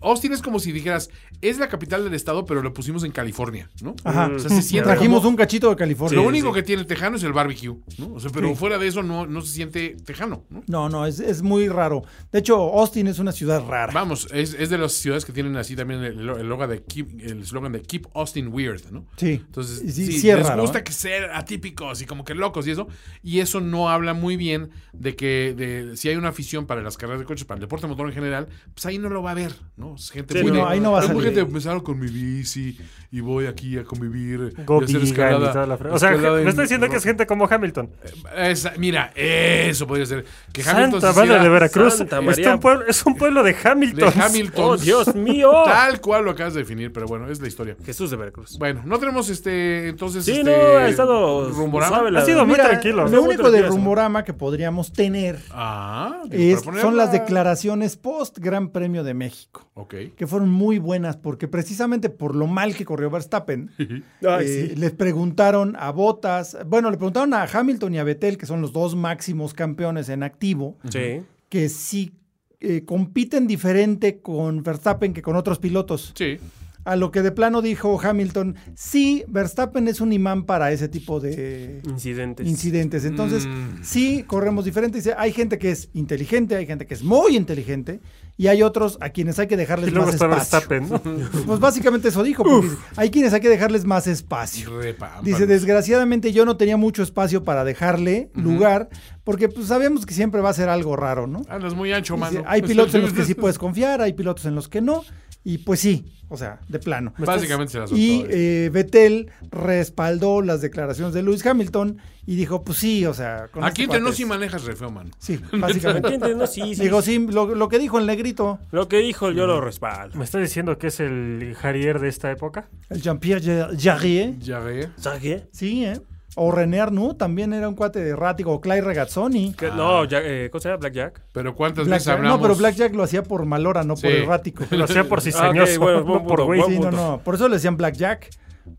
Speaker 6: Austin es como si dijeras, es la capital del estado, pero lo pusimos en California, ¿no?
Speaker 1: Ajá.
Speaker 6: O sea, se siente
Speaker 1: Trajimos
Speaker 6: como-
Speaker 1: un cachito de California.
Speaker 6: Lo único que tiene el tejano es el barbecue, ¿no? O sea, pero fuera de eso no, no se siente tejano, ¿no?
Speaker 1: No, no, es, es muy raro. De hecho, Austin es una ciudad rara.
Speaker 6: Vamos, es, es de las ciudades que tienen así también el el eslogan de keep, el eslogan de Keep Austin Weird, ¿no?
Speaker 1: Sí.
Speaker 6: Entonces,
Speaker 1: Y
Speaker 6: sí,
Speaker 1: es
Speaker 6: les
Speaker 1: raro,
Speaker 6: gusta
Speaker 1: ¿eh?
Speaker 6: que ser atípicos y como que locos y eso. Y eso no habla muy bien de que de- si hay una afición para las carreras de coches, para el deporte motor en general, pues ahí no lo va a ver, ¿no? Es Gente
Speaker 3: Sí,
Speaker 6: muy
Speaker 3: no,
Speaker 6: de-
Speaker 3: ahí no va a
Speaker 6: es muy
Speaker 1: salir.
Speaker 6: gente empezaron con mi bici y voy aquí a convivir. y
Speaker 4: Go
Speaker 6: hacer
Speaker 4: vegan y
Speaker 6: escalada-
Speaker 4: toda la fre- O sea,
Speaker 6: escalada en-
Speaker 4: me está diciendo que es gente como Hamilton.
Speaker 6: Esa- mira, eso podría ser. Que Hamilton
Speaker 4: Santa
Speaker 6: se hiciera
Speaker 4: Madre de Veracruz.
Speaker 3: Santa
Speaker 4: está
Speaker 3: María.
Speaker 4: un pueblo- es un pueblo de
Speaker 6: de
Speaker 4: Hamilton.
Speaker 6: Hamilton.
Speaker 3: ¡Oh, Dios mío!
Speaker 6: [laughs] Tal cual lo acabas de definir, pero bueno, es la historia.
Speaker 3: Jesús de Veracruz.
Speaker 6: Bueno, no tenemos este entonces
Speaker 3: Sí,
Speaker 6: este,
Speaker 3: no, ha estado
Speaker 6: rumorama?
Speaker 3: suave la-
Speaker 4: Ha sido muy
Speaker 1: Mira,
Speaker 4: tranquilo.
Speaker 1: Lo
Speaker 3: muy
Speaker 1: único de
Speaker 3: tranquilo,
Speaker 1: rumorama que podríamos tener
Speaker 6: Ah, digo,
Speaker 1: es-
Speaker 6: para ponerla-
Speaker 1: son las declaraciones post Gran Premio de México,
Speaker 6: Ok.
Speaker 1: que fueron muy buenas porque precisamente por lo mal que corrió
Speaker 6: [laughs]
Speaker 1: Verstappen, eh, les preguntaron a Bottas, bueno, le preguntaron a Hamilton y a Vettel, que son los dos máximos campeones en activo,
Speaker 3: Sí.
Speaker 1: que si eh, compiten diferente con Verstappen que con otros pilotos.
Speaker 6: Sí.
Speaker 1: A lo que de plano dijo Hamilton, sí, Verstappen es un imán para ese tipo de
Speaker 3: Incidentes.
Speaker 1: incidentes. Entonces,
Speaker 4: Mm.
Speaker 1: sí, corremos diferente. Dice, hay gente que es inteligente, hay gente que es muy inteligente y hay otros a quienes hay que
Speaker 4: [laughs] Y
Speaker 1: dejarles
Speaker 4: luego
Speaker 1: más
Speaker 4: está
Speaker 1: espacio.
Speaker 4: Verstappen, ¿no?
Speaker 1: [laughs] Pues básicamente eso dijo, porque dice, hay quienes hay que dejarles más espacio.
Speaker 6: Repámpanos.
Speaker 1: Dice, desgraciadamente yo no tenía mucho espacio para dejarle lugar, porque pues sabemos que siempre va a ser algo raro, ¿no?
Speaker 6: Andas Ah, muy ancho,
Speaker 1: Dice,
Speaker 6: mano.
Speaker 1: hay pilotos en
Speaker 6: [laughs]
Speaker 1: los
Speaker 4: [laughs]
Speaker 1: que sí puedes confiar, hay pilotos en los que no, y pues sí, o sea, de plano.
Speaker 6: Básicamente se la soltó.
Speaker 1: Y
Speaker 6: eh.
Speaker 1: eh, Vettel respaldó las declaraciones de Lewis Hamilton y dijo, pues sí, o sea... con
Speaker 6: Aquí
Speaker 1: este
Speaker 6: entre no
Speaker 1: cuate
Speaker 6: sí
Speaker 1: es-
Speaker 6: manejas re feo, man.
Speaker 1: Sí,
Speaker 3: Aquí
Speaker 1: básicamente.
Speaker 3: entiendo, sí, sí.
Speaker 1: Digo, sí, lo, lo que dijo el negrito,
Speaker 3: Lo que dijo yo lo respaldo.
Speaker 4: [laughs]
Speaker 1: Mm.
Speaker 4: ¿Me está diciendo que es el Harrier de esta época?
Speaker 1: el Jean-Pierre Jarrier,
Speaker 6: Ya ve.
Speaker 3: ¿Sabes qué?
Speaker 1: sí, ¿eh? O René Arnoux también era un cuate de errático, o Clyde Regazzoni.
Speaker 3: Que- No, Jack, eh, ¿cómo se llama? Blackjack.
Speaker 6: Pero cuántas
Speaker 1: Blackjack-
Speaker 6: veces hablamos.
Speaker 1: no, pero Blackjack lo hacía por malora, no por
Speaker 6: Sí.
Speaker 1: errático.
Speaker 4: Lo hacía por
Speaker 3: Ah, ok,
Speaker 4: cizañoso,
Speaker 3: bueno, buen
Speaker 4: no por
Speaker 3: punto,
Speaker 4: güey.
Speaker 3: buen
Speaker 1: Sí, no,
Speaker 3: punto.
Speaker 1: no. Por eso le decían Blackjack.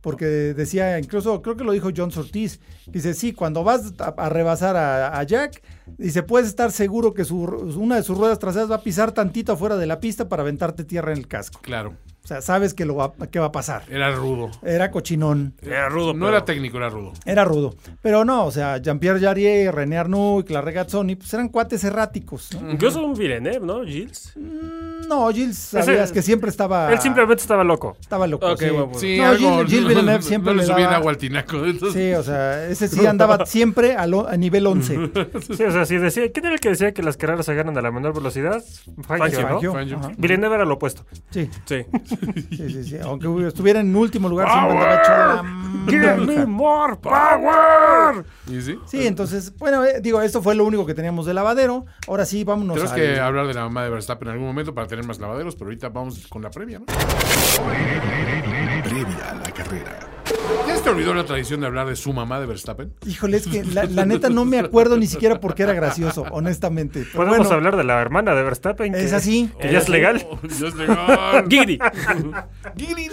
Speaker 1: Porque decía, incluso creo que lo dijo John Ortiz. Dice, sí, cuando vas a, a rebasar a, a Jack, dice, puedes estar seguro que su, una de sus ruedas traseras va a pisar tantito afuera de la pista para aventarte tierra en el casco.
Speaker 6: Claro,
Speaker 1: O sea, sabes que, lo va, que va a pasar.
Speaker 6: era rudo.
Speaker 1: Era cochinón.
Speaker 3: Era rudo,
Speaker 6: No
Speaker 3: pero-
Speaker 6: era técnico, era rudo.
Speaker 1: Era rudo. Pero no, o sea, Jean-Pierre Jarier, René Arnoux y Clarre Gazzoni, pues eran cuates erráticos. No,
Speaker 3: Incluso un Villeneuve, ¿no? Gilles.
Speaker 1: no Gilles, sabías
Speaker 4: Ese-
Speaker 1: que siempre estaba...
Speaker 4: Él simplemente estaba loco.
Speaker 1: Estaba loco.
Speaker 3: Ok,
Speaker 1: sí.
Speaker 3: bueno, pues.
Speaker 6: Sí,
Speaker 1: No,
Speaker 6: algo,
Speaker 1: Gilles- Gilles
Speaker 6: [laughs] no-
Speaker 1: Villeneuve
Speaker 6: no-
Speaker 1: siempre
Speaker 6: no
Speaker 1: le
Speaker 6: le subían
Speaker 1: daba-
Speaker 6: agua al tinaco. entonces- [laughs]
Speaker 1: Sí, o sea, ese sí andaba siempre a, lo- a nivel 11.
Speaker 4: Sí, o sea, si decía, ¿quién era el que decía que las carreras se ganan a la menor velocidad? Fangio, ¿no?
Speaker 1: Fangio,
Speaker 6: Fangio.
Speaker 1: ajá.
Speaker 4: Villeneuve era lo opuesto.
Speaker 1: Sí, [laughs]
Speaker 3: Sí.
Speaker 1: sí, sí, sí. Aunque hubiera- estuviera en último lugar, siempre andaba hecho la
Speaker 4: ¡Give
Speaker 1: m-
Speaker 4: me
Speaker 1: [laughs]
Speaker 4: more power!
Speaker 6: ¿Y sí?
Speaker 1: Sí, entonces, bueno, eh, digo, esto fue lo único que teníamos de lavadero. Ahora sí, vámonos
Speaker 6: Tenemos
Speaker 1: al-
Speaker 6: que hablar de la mamá de Verstappen en algún momento para tener más lavaderos, pero ahorita vamos con la previa, ¿no?
Speaker 2: Previa a la carrera.
Speaker 6: ¿Ya se te olvidó la tradición de hablar de su mamá de Verstappen?
Speaker 1: Híjole, es que la, la neta no me acuerdo ni siquiera porque era gracioso, honestamente. Pero
Speaker 4: Podemos
Speaker 1: bueno,
Speaker 4: hablar de la hermana de Verstappen. que-
Speaker 1: Es así.
Speaker 4: Que ya es
Speaker 6: [laughs]
Speaker 4: legal.
Speaker 6: Oh, Dios legal.
Speaker 3: [laughs]
Speaker 1: [laughs]
Speaker 3: Giri.
Speaker 6: Giri,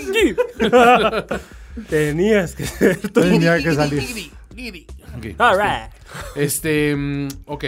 Speaker 3: Tenías que ser tú.
Speaker 1: Tenía que salir.
Speaker 6: giri, giri. Ok,
Speaker 3: All right.
Speaker 6: Este, mm, ok.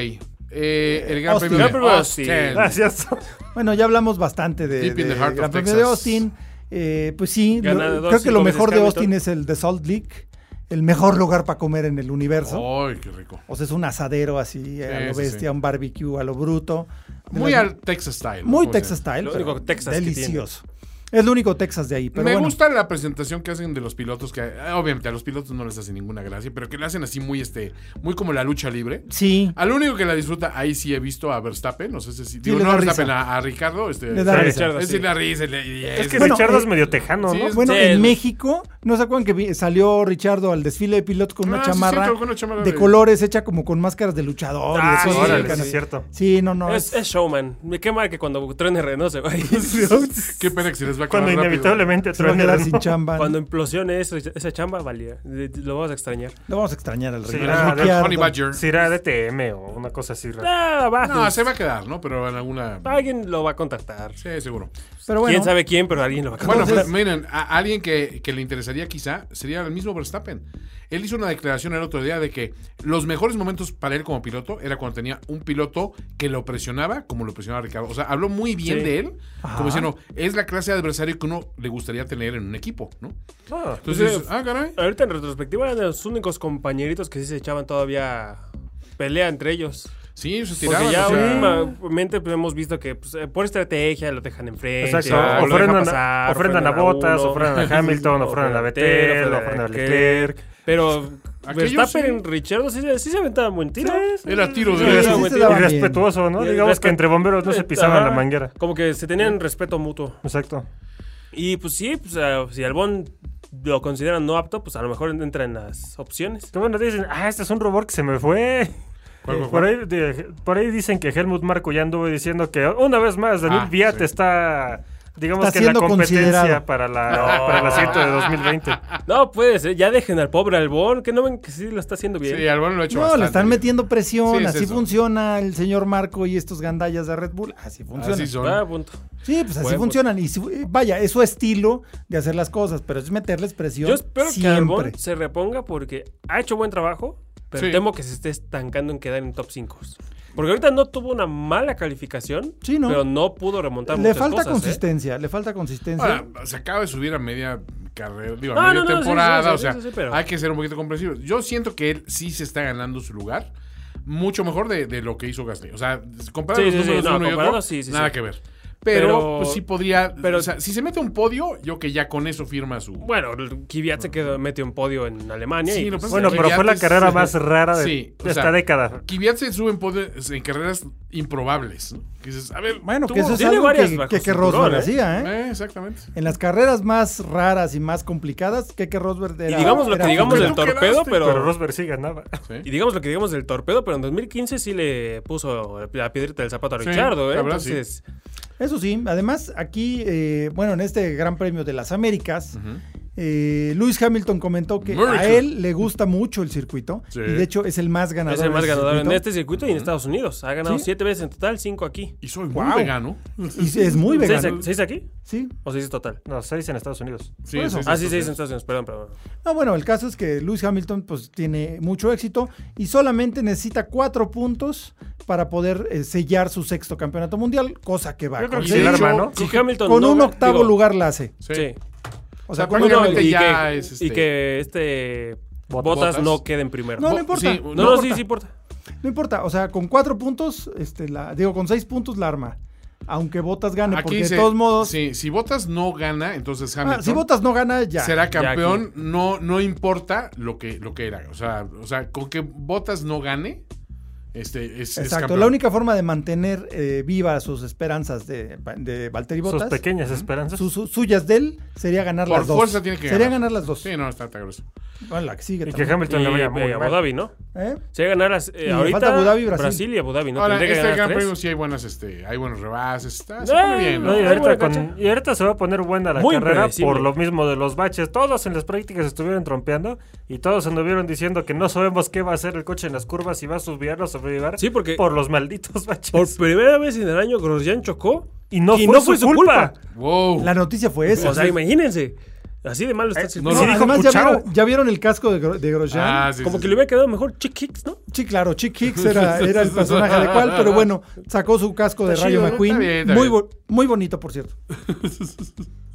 Speaker 6: Eh, el Gran
Speaker 1: Austin. Ah,
Speaker 6: Premio
Speaker 1: Gran
Speaker 6: de
Speaker 3: Premio de Austin.
Speaker 6: Austin.
Speaker 4: Gracias.
Speaker 1: Bueno, ya hablamos bastante de,
Speaker 6: Deep in the
Speaker 1: de
Speaker 6: heart of
Speaker 1: Gran Premio de
Speaker 6: Texas.
Speaker 1: Austin. Eh, pues sí, lo-
Speaker 3: Ganador
Speaker 1: creo que
Speaker 3: cinco
Speaker 1: lo
Speaker 3: veces
Speaker 1: mejor de
Speaker 3: Hamilton.
Speaker 1: Austin es el de Salt Lake, el mejor lugar para comer en el universo.
Speaker 6: Ay, qué rico.
Speaker 1: O sea, es un asadero así, eh, a
Speaker 6: Sí,
Speaker 1: lo
Speaker 6: sí,
Speaker 1: bestia,
Speaker 6: sí.
Speaker 1: un barbecue a lo bruto. De
Speaker 6: Muy
Speaker 1: las-
Speaker 6: al Texas Style. ¿no?
Speaker 1: muy
Speaker 6: Como
Speaker 1: Texas
Speaker 6: se-
Speaker 1: style.
Speaker 3: Lo
Speaker 1: pero
Speaker 3: único Texas que tiene.
Speaker 1: Delicioso. Es lo único Texas de ahí. Pero
Speaker 6: Me
Speaker 1: bueno,
Speaker 6: gusta la presentación que hacen de los pilotos, que eh, obviamente a los pilotos no les hace ninguna gracia, pero que le hacen así muy, este, muy como la lucha libre.
Speaker 1: Sí,
Speaker 6: Al único que la disfruta, ahí sí he visto a Verstappen, no sé si, digo,
Speaker 1: le
Speaker 6: no
Speaker 1: da
Speaker 6: a Verstappen,
Speaker 1: risa.
Speaker 6: a, a Ricardo, este,
Speaker 1: le da
Speaker 4: Sí,
Speaker 1: risa.
Speaker 3: Richard,
Speaker 6: es
Speaker 3: sí.
Speaker 6: decir, la risa, y le- y
Speaker 4: Es que
Speaker 1: Bueno,
Speaker 4: Richardo
Speaker 1: eh,
Speaker 4: es medio tejano,
Speaker 6: sí,
Speaker 4: ¿no?
Speaker 6: es-
Speaker 1: Bueno,
Speaker 3: Sí,
Speaker 1: en
Speaker 3: el-
Speaker 1: México, ¿no se acuerdan que vi- salió Richardo al desfile de pilotos con una
Speaker 6: Ah, sí,
Speaker 1: chamarra
Speaker 6: cierto, con una chamarra
Speaker 1: de
Speaker 6: de-
Speaker 1: colores hecha como con máscaras de luchador? y
Speaker 3: Ah,
Speaker 1: de cosas
Speaker 3: órale,
Speaker 1: mexicanas?
Speaker 4: Órale, sí, es
Speaker 3: sí.
Speaker 4: cierto.
Speaker 1: Sí, no, no.
Speaker 3: Es,
Speaker 1: es-
Speaker 3: es showman. Me quema que cuando truene Renault se
Speaker 1: [laughs]
Speaker 3: va a ir. [laughs]
Speaker 6: Qué pena que se les va a acabar
Speaker 4: Cuando
Speaker 6: rápido.
Speaker 4: inevitablemente
Speaker 1: se va a
Speaker 4: truene
Speaker 1: quedar
Speaker 4: el-
Speaker 1: sin chamba.
Speaker 3: Cuando em- implosione esa, esa chamba, valía. De- de- Lo vamos a extrañar.
Speaker 1: Lo vamos a extrañar al
Speaker 4: Sí,
Speaker 1: rey.
Speaker 4: era
Speaker 1: al
Speaker 4: de
Speaker 1: Ricciardo.
Speaker 6: Honey Badger.
Speaker 4: Si era DTM o una cosa así. rara.
Speaker 3: Ah, abajo.
Speaker 6: No, se va a quedar, ¿no? Pero en alguna...
Speaker 3: Alguien lo va a contactar.
Speaker 6: Sí, seguro.
Speaker 1: Pero bueno,
Speaker 3: Quién sabe quién, pero alguien lo va a
Speaker 6: Bueno,
Speaker 3: contactar.
Speaker 6: pues miren, a alguien que, que le interesaría quizá sería el mismo Verstappen. Él hizo una declaración el otro día de que los mejores momentos para él como piloto era cuando tenía un piloto que lo presionaba como lo presionaba Ricardo. O sea, habló muy bien
Speaker 3: Sí.
Speaker 6: de él,
Speaker 1: Ajá.
Speaker 6: como diciendo, es la clase de adversario que uno le gustaría tener en un equipo, ¿no?
Speaker 4: Ah,
Speaker 6: Entonces, ah, caray.
Speaker 3: Ahorita en retrospectiva eran los únicos compañeritos que sí se echaban todavía pelea entre ellos.
Speaker 6: Sí, se tiraban.
Speaker 3: Porque ya
Speaker 6: o sea,
Speaker 3: últimamente pues, hemos visto que pues, eh, por estrategia lo dejan enfrente.
Speaker 4: Exacto.
Speaker 3: o lo dejan
Speaker 4: ofrendan,
Speaker 3: pasar,
Speaker 4: ofrendan a Bottas,
Speaker 3: uno, [laughs]
Speaker 4: ofrendan a Hamilton, ofrendan a Vettel,
Speaker 3: ofrendan
Speaker 4: ofrendan a
Speaker 3: Leclerc.
Speaker 4: Leclerc.
Speaker 3: Pero
Speaker 6: Aquellos
Speaker 3: Verstappen
Speaker 6: sí.
Speaker 3: y Richardo sí, se- sí se aventaban buen tiro.
Speaker 6: Era tiro
Speaker 3: Sí,
Speaker 6: de...
Speaker 3: sí, sí,
Speaker 4: Irres-
Speaker 3: se daban
Speaker 1: bien.
Speaker 4: Irrespetuoso, ¿no?
Speaker 3: Y el
Speaker 4: Digamos
Speaker 3: respeto-
Speaker 4: que entre bomberos no se pisaban
Speaker 3: Ajá.
Speaker 4: la manguera.
Speaker 3: Como que se tenían respeto mutuo.
Speaker 4: Exacto.
Speaker 3: Y pues sí, pues, ah, si Albón lo consideran no apto, pues a lo mejor entra en las opciones.
Speaker 4: Que bueno, dicen, ah, este es un robot que se me fue.
Speaker 6: ¿Cuál, cuál,
Speaker 4: Eh, por,
Speaker 6: cuál?
Speaker 4: ahí, de- por ahí dicen que Helmut Marco ya anduvo diciendo que una vez más Daniel
Speaker 6: Ah,
Speaker 4: Viat
Speaker 6: sí.
Speaker 4: está, digamos
Speaker 1: Está
Speaker 4: que en la
Speaker 1: siendo
Speaker 4: competencia
Speaker 1: considerado.
Speaker 4: para la, para el asiento de 2020.
Speaker 3: No, puede ser. Ya dejen al pobre Albón, que no ven que sí lo está haciendo bien.
Speaker 6: Sí, Albon lo ha hecho
Speaker 1: No,
Speaker 6: bastante
Speaker 1: le están
Speaker 6: bien.
Speaker 1: metiendo presión.
Speaker 6: Sí, es
Speaker 1: así
Speaker 6: eso.
Speaker 1: funciona el señor Marco y estos gandallas de Red Bull. Así funciona.
Speaker 6: Así son.
Speaker 3: Ah, punto.
Speaker 1: Sí, pues así
Speaker 3: Bueno,
Speaker 1: funcionan. Y si- vaya, es su estilo de hacer las cosas, pero es meterles presión.
Speaker 3: Yo espero que
Speaker 1: siempre.
Speaker 3: Albón se reponga porque ha hecho buen trabajo, pero
Speaker 6: Sí.
Speaker 3: temo que se esté estancando en quedar en top 5. Porque ahorita no tuvo una mala calificación,
Speaker 1: Sí, ¿no?
Speaker 3: pero no pudo remontar
Speaker 1: Le
Speaker 3: muchas
Speaker 1: falta
Speaker 3: cosas, ¿eh?
Speaker 1: consistencia, le falta consistencia.
Speaker 6: Ahora, se acaba de subir a media carrera, digo, a
Speaker 3: No,
Speaker 6: media
Speaker 3: no, no, sí,
Speaker 6: temporada,
Speaker 3: sí, sí,
Speaker 6: o sea,
Speaker 3: sí, sí, pero-
Speaker 6: hay que ser un poquito comprensible. Yo siento que él sí se está ganando su lugar, mucho mejor de, de lo que hizo Gasly. O sea, comparado
Speaker 3: Sí,
Speaker 6: los
Speaker 3: sí, sí,
Speaker 6: números de
Speaker 3: no,
Speaker 6: uno y
Speaker 3: comparado,
Speaker 6: otro,
Speaker 3: sí, sí,
Speaker 6: nada
Speaker 3: sí.
Speaker 6: que ver. Pero,
Speaker 3: Pero-
Speaker 6: pues, sí podría,
Speaker 3: pero-
Speaker 6: o sea, si se mete a un podio, yo que ya con eso firma su...
Speaker 3: Bueno, el Kvyat se quedó metió en podio en Alemania
Speaker 6: Sí,
Speaker 3: y
Speaker 6: lo
Speaker 3: [laughs] pues,
Speaker 6: pasa
Speaker 4: Bueno, pero fue
Speaker 6: Kvyat
Speaker 4: la
Speaker 6: es-
Speaker 4: carrera más rara de,
Speaker 6: Sí, o
Speaker 4: de esta
Speaker 6: sea,
Speaker 4: década.
Speaker 6: Kvyat se sube en, podio- en carreras improbables. ¿no? Que dices, a ver,
Speaker 1: bueno, que
Speaker 3: tuvo-
Speaker 1: eso es
Speaker 3: tiene
Speaker 1: algo
Speaker 3: varias
Speaker 1: que,
Speaker 3: bajo
Speaker 1: que, que
Speaker 3: cinturón,
Speaker 1: Rosberg
Speaker 3: ¿eh?
Speaker 1: hacía, ¿eh?
Speaker 6: eh, exactamente.
Speaker 1: En las carreras más raras y más complicadas, que que Rosberg
Speaker 3: y
Speaker 1: era-
Speaker 3: digamos lo que
Speaker 1: era-
Speaker 3: digamos del
Speaker 6: tú quedaste,
Speaker 3: torpedo, pero,
Speaker 4: Pero Rosberg sí ganaba.
Speaker 3: y digamos lo que digamos del torpedo, pero en 2015 sí le puso la piedrita del zapato a
Speaker 6: Sí,
Speaker 3: Richardo, ¿eh?
Speaker 6: la verdad, sí.
Speaker 3: Entonces,
Speaker 1: Eso sí, además aquí, eh, bueno, en este Gran Premio de las Américas, eh, Lewis Hamilton comentó que
Speaker 6: America.
Speaker 1: a él le gusta mucho el circuito
Speaker 6: Sí.
Speaker 1: y de hecho es el más ganador.
Speaker 3: es el más
Speaker 1: de ese
Speaker 3: ganador en
Speaker 1: circuito.
Speaker 3: este circuito y en Estados Unidos. Ha ganado
Speaker 1: Sí.
Speaker 3: siete veces en total, cinco aquí.
Speaker 6: Y soy muy
Speaker 1: Wow.
Speaker 6: vegano.
Speaker 1: Y
Speaker 3: este.
Speaker 1: sí, es muy
Speaker 3: ¿Seis,
Speaker 1: vegano.
Speaker 3: seis aquí?
Speaker 1: Sí.
Speaker 3: ¿O seis total?
Speaker 4: No, seis en Estados Unidos.
Speaker 6: Sí,
Speaker 1: eso.
Speaker 3: Ah, sí, seis en Estados Unidos, perdón, perdón.
Speaker 1: No, bueno, el caso es que Lewis Hamilton pues tiene mucho éxito y solamente necesita cuatro puntos para poder eh, sellar su sexto campeonato mundial, cosa que va a
Speaker 4: Yo creo que sí,
Speaker 1: conseguir.
Speaker 4: la arma, ¿no?
Speaker 3: Si Hamilton
Speaker 1: Con
Speaker 3: no
Speaker 1: un
Speaker 6: eh,
Speaker 3: ga-
Speaker 1: octavo
Speaker 3: digo,
Speaker 1: lugar la hace.
Speaker 6: Sí.
Speaker 3: Sí. Pues
Speaker 1: O sea,
Speaker 6: No,
Speaker 1: con
Speaker 3: No,
Speaker 1: un-
Speaker 3: no,
Speaker 6: Prácticamente
Speaker 3: y,
Speaker 6: ya
Speaker 3: que,
Speaker 6: es,
Speaker 3: y
Speaker 6: este,
Speaker 3: que este Botas
Speaker 6: Botas.
Speaker 3: no quede en primero.
Speaker 1: No,
Speaker 3: Bo-
Speaker 1: no importa.
Speaker 6: sí, no
Speaker 1: no,
Speaker 3: no, no,
Speaker 1: importa.
Speaker 3: sí, sí importa.
Speaker 1: No importa, o sea, con cuatro puntos, este, la, digo, con seis puntos la arma. Aunque Botas gane, porque
Speaker 6: dice,
Speaker 1: de todos modos.
Speaker 6: sí, si Botas no gana, entonces
Speaker 1: Ah,
Speaker 6: Hamilton
Speaker 1: si Botas no gana, ya.
Speaker 6: será
Speaker 3: Ya
Speaker 6: campeón. No, no importa lo que, lo que era. O sea, o sea, con que Botas no gane, este, es, es
Speaker 1: Exacto.
Speaker 6: campeón.
Speaker 1: La única forma de mantener eh, viva sus esperanzas de, de Valtteri
Speaker 4: Sus
Speaker 1: Botas,
Speaker 4: pequeñas esperanzas.
Speaker 1: sus, sus- suyas de él, sería ganar
Speaker 6: Por
Speaker 1: las dos.
Speaker 6: fuerza tiene que
Speaker 1: Sería
Speaker 6: ganar.
Speaker 1: ganar las dos.
Speaker 6: Sí, no, está, está grueso.
Speaker 1: Bueno, la que sigue
Speaker 4: Y que
Speaker 1: también.
Speaker 4: Hamilton le
Speaker 3: Y,
Speaker 4: vaya
Speaker 3: eh,
Speaker 4: muy
Speaker 3: Abu
Speaker 4: mal.
Speaker 3: Dhabi, ¿no?
Speaker 1: ¿Eh?
Speaker 3: Si ganar las,
Speaker 1: Y
Speaker 3: eh, ahorita
Speaker 1: falta Abu Dhabi y Brasil.
Speaker 3: y Abu Dhabi, ¿no?
Speaker 6: Ahora,
Speaker 3: Tendría que
Speaker 6: este
Speaker 3: ganar
Speaker 6: Gran
Speaker 3: las
Speaker 6: Premio
Speaker 3: tres.
Speaker 6: sí hay buenas, este, hay buenos rebases. Está, se
Speaker 3: Eh,
Speaker 6: pone bien, ¿no?
Speaker 4: No, y,
Speaker 3: Ah,
Speaker 4: ahorita
Speaker 3: buena
Speaker 4: con-
Speaker 3: cancha.
Speaker 4: y ahorita se va a poner buena la
Speaker 3: Muy
Speaker 4: carrera
Speaker 3: impredecible.
Speaker 4: por lo mismo de los baches. Todos en las prácticas estuvieron trompeando y todos anduvieron diciendo que no sabemos qué va a hacer el coche en las curvas, si va a subir o sobrevivir
Speaker 3: Sí, porque-
Speaker 4: por los malditos [laughs] baches.
Speaker 3: Por primera vez en el año Grosjean chocó
Speaker 4: Y no fue su culpa.
Speaker 6: Wow.
Speaker 1: La noticia fue esa.
Speaker 3: O sea, imagínense. Así de malo está el
Speaker 4: Eh,
Speaker 3: circuito.
Speaker 4: no,
Speaker 1: No,
Speaker 4: sí dijo
Speaker 1: además, ya
Speaker 4: Cucharo.
Speaker 1: vieron, ya vieron el casco de, Gro- de Grosjean.
Speaker 6: Ah, sí,
Speaker 3: Como
Speaker 6: sí,
Speaker 3: que
Speaker 6: sí.
Speaker 3: le hubiera quedado mejor Chick Hicks, ¿no?
Speaker 1: Sí, claro, Chick
Speaker 6: [laughs]
Speaker 1: Hicks era, era el personaje adecuado, pero bueno, sacó su casco de
Speaker 6: Está
Speaker 1: Rayo
Speaker 6: chido, ¿no?
Speaker 1: McQueen.
Speaker 6: Está bien, está
Speaker 1: muy,
Speaker 6: bien.
Speaker 1: bo- muy bonito, por cierto.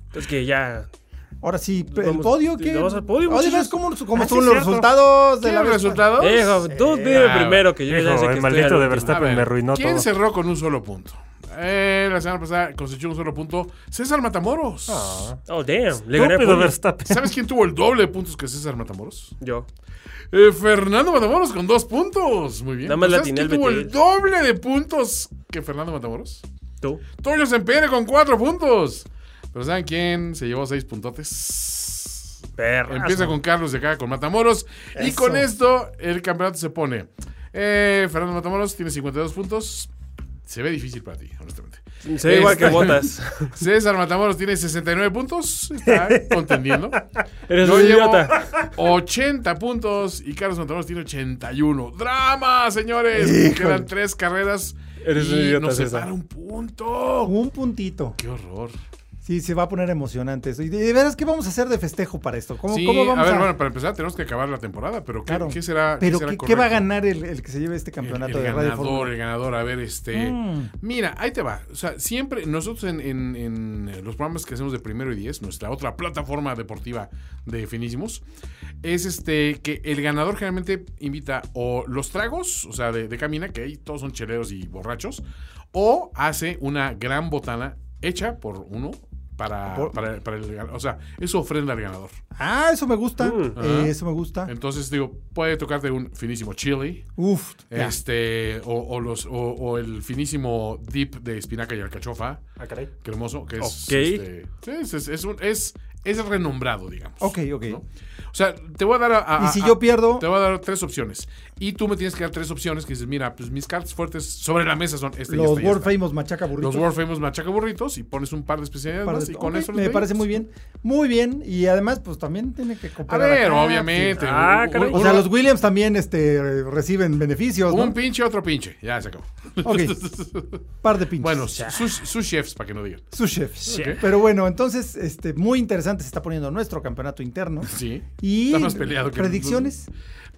Speaker 3: Entonces que ya.
Speaker 1: Ahora sí, el
Speaker 3: Vamos-
Speaker 1: podio que.
Speaker 3: vamos al podio,
Speaker 1: Oye,
Speaker 3: muchachos.
Speaker 1: ¿ves cómo, cómo
Speaker 4: Ah, sí,
Speaker 1: son los
Speaker 4: cierto.
Speaker 1: resultados de
Speaker 6: ¿Quién
Speaker 1: la
Speaker 6: los
Speaker 1: vez-
Speaker 6: resultados?
Speaker 3: Eh, joven, tú dime
Speaker 6: Ah,
Speaker 3: primero que yo
Speaker 4: Hijo,
Speaker 3: ya sé que
Speaker 4: el
Speaker 3: estoy
Speaker 4: maldito
Speaker 3: al
Speaker 4: de
Speaker 3: último.
Speaker 6: A
Speaker 4: Verstappen
Speaker 6: ver,
Speaker 4: me arruinó
Speaker 6: ¿Quién
Speaker 4: todo.
Speaker 6: cerró con un solo punto? Eh, la semana pasada cosechó un solo punto. César Matamoros.
Speaker 3: Oh, damn. Le gané
Speaker 4: Estúpido
Speaker 3: por
Speaker 4: Verstappen.
Speaker 6: ¿Sabes quién tuvo el doble de puntos que César Matamoros?
Speaker 3: Yo.
Speaker 6: Eh, Fernando Matamoros con dos puntos. Muy bien.
Speaker 3: Nada más le
Speaker 6: ¿Sabes
Speaker 3: atiné
Speaker 6: quién
Speaker 3: al
Speaker 6: tuvo
Speaker 3: BTL.
Speaker 6: el doble de puntos que Fernando Matamoros?
Speaker 3: Tú.
Speaker 6: Toño Sempere con cuatro puntos. Pero ¿saben quién se llevó seis puntotes?
Speaker 3: Perra.
Speaker 6: Empieza con Carlos de acá, con Matamoros. Y
Speaker 1: Eso.
Speaker 6: con esto el campeonato se pone. Eh, Fernando Matamoros tiene 52 puntos. Se ve difícil para ti, honestamente.
Speaker 3: Se ve igual que
Speaker 6: Este-
Speaker 3: botas.
Speaker 6: [laughs] César Matamoros tiene 69 puntos.
Speaker 3: [laughs]
Speaker 6: Está contendiendo.
Speaker 3: Eres
Speaker 6: Yo
Speaker 3: un
Speaker 6: llevo
Speaker 3: idiota.
Speaker 6: 80 puntos y Carlos Matamoros tiene 81. ¡Drama, señores! Quedan tres carreras.
Speaker 3: Eres
Speaker 6: y
Speaker 3: un idiota,
Speaker 6: nos
Speaker 3: César.
Speaker 6: separa un punto.
Speaker 1: Un puntito.
Speaker 6: ¡Qué horror!
Speaker 1: Sí, se va a poner emocionante eso. Y de, de veras, ¿qué vamos a hacer de festejo para esto? ¿Cómo,
Speaker 6: sí,
Speaker 1: cómo vamos
Speaker 6: a ver,
Speaker 1: a.?
Speaker 6: bueno, para empezar tenemos que acabar la temporada, pero ¿qué,
Speaker 1: Claro.
Speaker 6: qué será?
Speaker 1: Pero
Speaker 6: será
Speaker 1: ¿qué, qué va a
Speaker 6: correcto?
Speaker 1: ganar el, el que se lleve este campeonato
Speaker 6: el, el
Speaker 1: de Radio
Speaker 6: ganador,
Speaker 1: Fórmula?
Speaker 6: el ganador, a ver, este.
Speaker 1: Mm.
Speaker 6: Mira, ahí te va. O sea, siempre nosotros en, en- en eh, los programas que hacemos de primero y diez, nuestra otra plataforma deportiva de Finísimos, es este que el ganador generalmente invita o los tragos, o sea, de, de camina, que ahí todos son cheleros y borrachos, o hace una gran botana hecha por uno. Para,
Speaker 1: Por-
Speaker 6: para- para el ganador. O sea, eso ofrenda al ganador.
Speaker 1: Ah, eso me gusta.
Speaker 3: Mm.
Speaker 1: eh, eso me gusta.
Speaker 6: Entonces, digo, puede tocarte un finísimo chili,
Speaker 1: Uf. ya.
Speaker 6: este, o, o los, o, o el finísimo dip de espinaca y alcachofa,
Speaker 4: Ah, caray.
Speaker 6: que hermoso, que es,
Speaker 3: Ok.
Speaker 6: este, sí, es, es, es un- es- es renombrado, digamos.
Speaker 1: Ok, ok.
Speaker 6: ¿no? O sea, te voy a dar a- a-
Speaker 1: Y si yo
Speaker 6: a-
Speaker 1: pierdo.
Speaker 6: te voy a dar tres opciones. Y tú me tienes que dar tres opciones que dices, mira, pues mis cartas fuertes sobre la mesa son este y
Speaker 1: Los
Speaker 6: este y
Speaker 1: World
Speaker 6: esta.
Speaker 1: Famous Machaca Burritos.
Speaker 6: Los World Famous machaca burritos y pones un par de especialidades
Speaker 1: Para
Speaker 6: más
Speaker 1: de-
Speaker 6: y con
Speaker 1: ok,
Speaker 6: eso los
Speaker 1: me
Speaker 6: doy.
Speaker 1: parece muy bien. Muy bien. Y además, pues también tiene que
Speaker 6: A
Speaker 1: cooperar.
Speaker 6: ver,
Speaker 1: acá,
Speaker 6: obviamente.
Speaker 1: sí.
Speaker 3: Ah, caray.
Speaker 6: un-
Speaker 1: O sea,
Speaker 6: uno-
Speaker 1: los Williams también este, reciben beneficios.
Speaker 6: un
Speaker 1: ¿no?
Speaker 6: pinche, otro pinche. Ya se acabó.
Speaker 1: Ok.
Speaker 6: [laughs]
Speaker 1: Par de pinches.
Speaker 6: Bueno, sus, sus chefs, para que no digan.
Speaker 1: Su chef. Pero bueno, entonces, este, muy interesante se está poniendo nuestro campeonato interno.
Speaker 6: Sí.
Speaker 1: Y
Speaker 6: Está más peleado que-
Speaker 1: predicciones.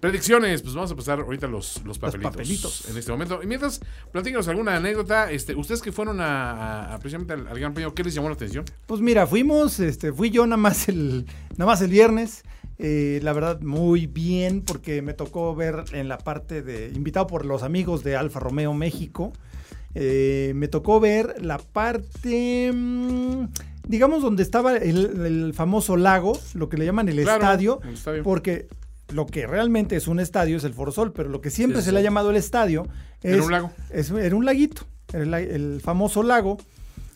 Speaker 6: Predicciones, pues vamos a pasar ahorita los, los papelitos.
Speaker 1: papelitos.
Speaker 6: En este momento. Y mientras, platícanos alguna anécdota. Este, ustedes que fueron a, a- a precisamente al, al Gran Premio, ¿qué les llamó la atención?
Speaker 1: Pues mira, fuimos, este, fui yo nada más el, nada más el viernes. eh, la verdad, muy bien, porque me tocó ver en la parte de. invitado por los amigos de Alfa Romeo México. eh, me tocó ver la parte. mm, digamos, donde estaba el, el famoso lago, lo que le llaman el
Speaker 6: Claro,
Speaker 1: estadio.
Speaker 6: el estadio.
Speaker 1: Porque lo que realmente es un estadio es el Forzol, pero lo que siempre
Speaker 6: Sí,
Speaker 1: se
Speaker 6: sí.
Speaker 1: le ha llamado el estadio es.
Speaker 6: Era un lago.
Speaker 1: es- era un laguito. era el la- el famoso lago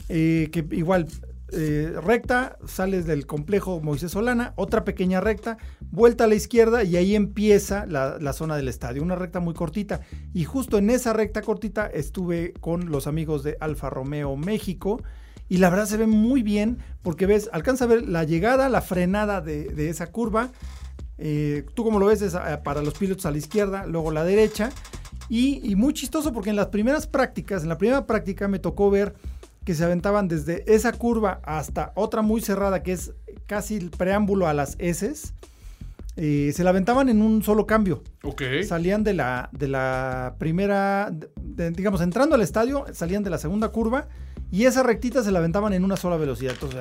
Speaker 1: eh, que igual eh, recta, sales del complejo Moisés Solana, otra pequeña recta, vuelta a la izquierda y ahí empieza la, la zona del estadio, una recta muy cortita. Y justo en esa recta cortita estuve con los amigos de Alfa Romeo México. Y la verdad se ve muy bien porque ves, alcanza a ver la llegada, la frenada de, de esa curva. Eh, Tú como lo ves es ah, para los pilotos a la izquierda, luego la derecha. Y, y muy chistoso porque en las primeras prácticas, en la primera práctica me tocó ver que se aventaban desde esa curva hasta otra muy cerrada que es casi el preámbulo a las S. se la aventaban en un solo cambio.
Speaker 6: Ok.
Speaker 1: Salían de la, de la primera, de- de- digamos, entrando al estadio, salían de la segunda curva y esa rectita se la aventaban en una sola velocidad. Entonces,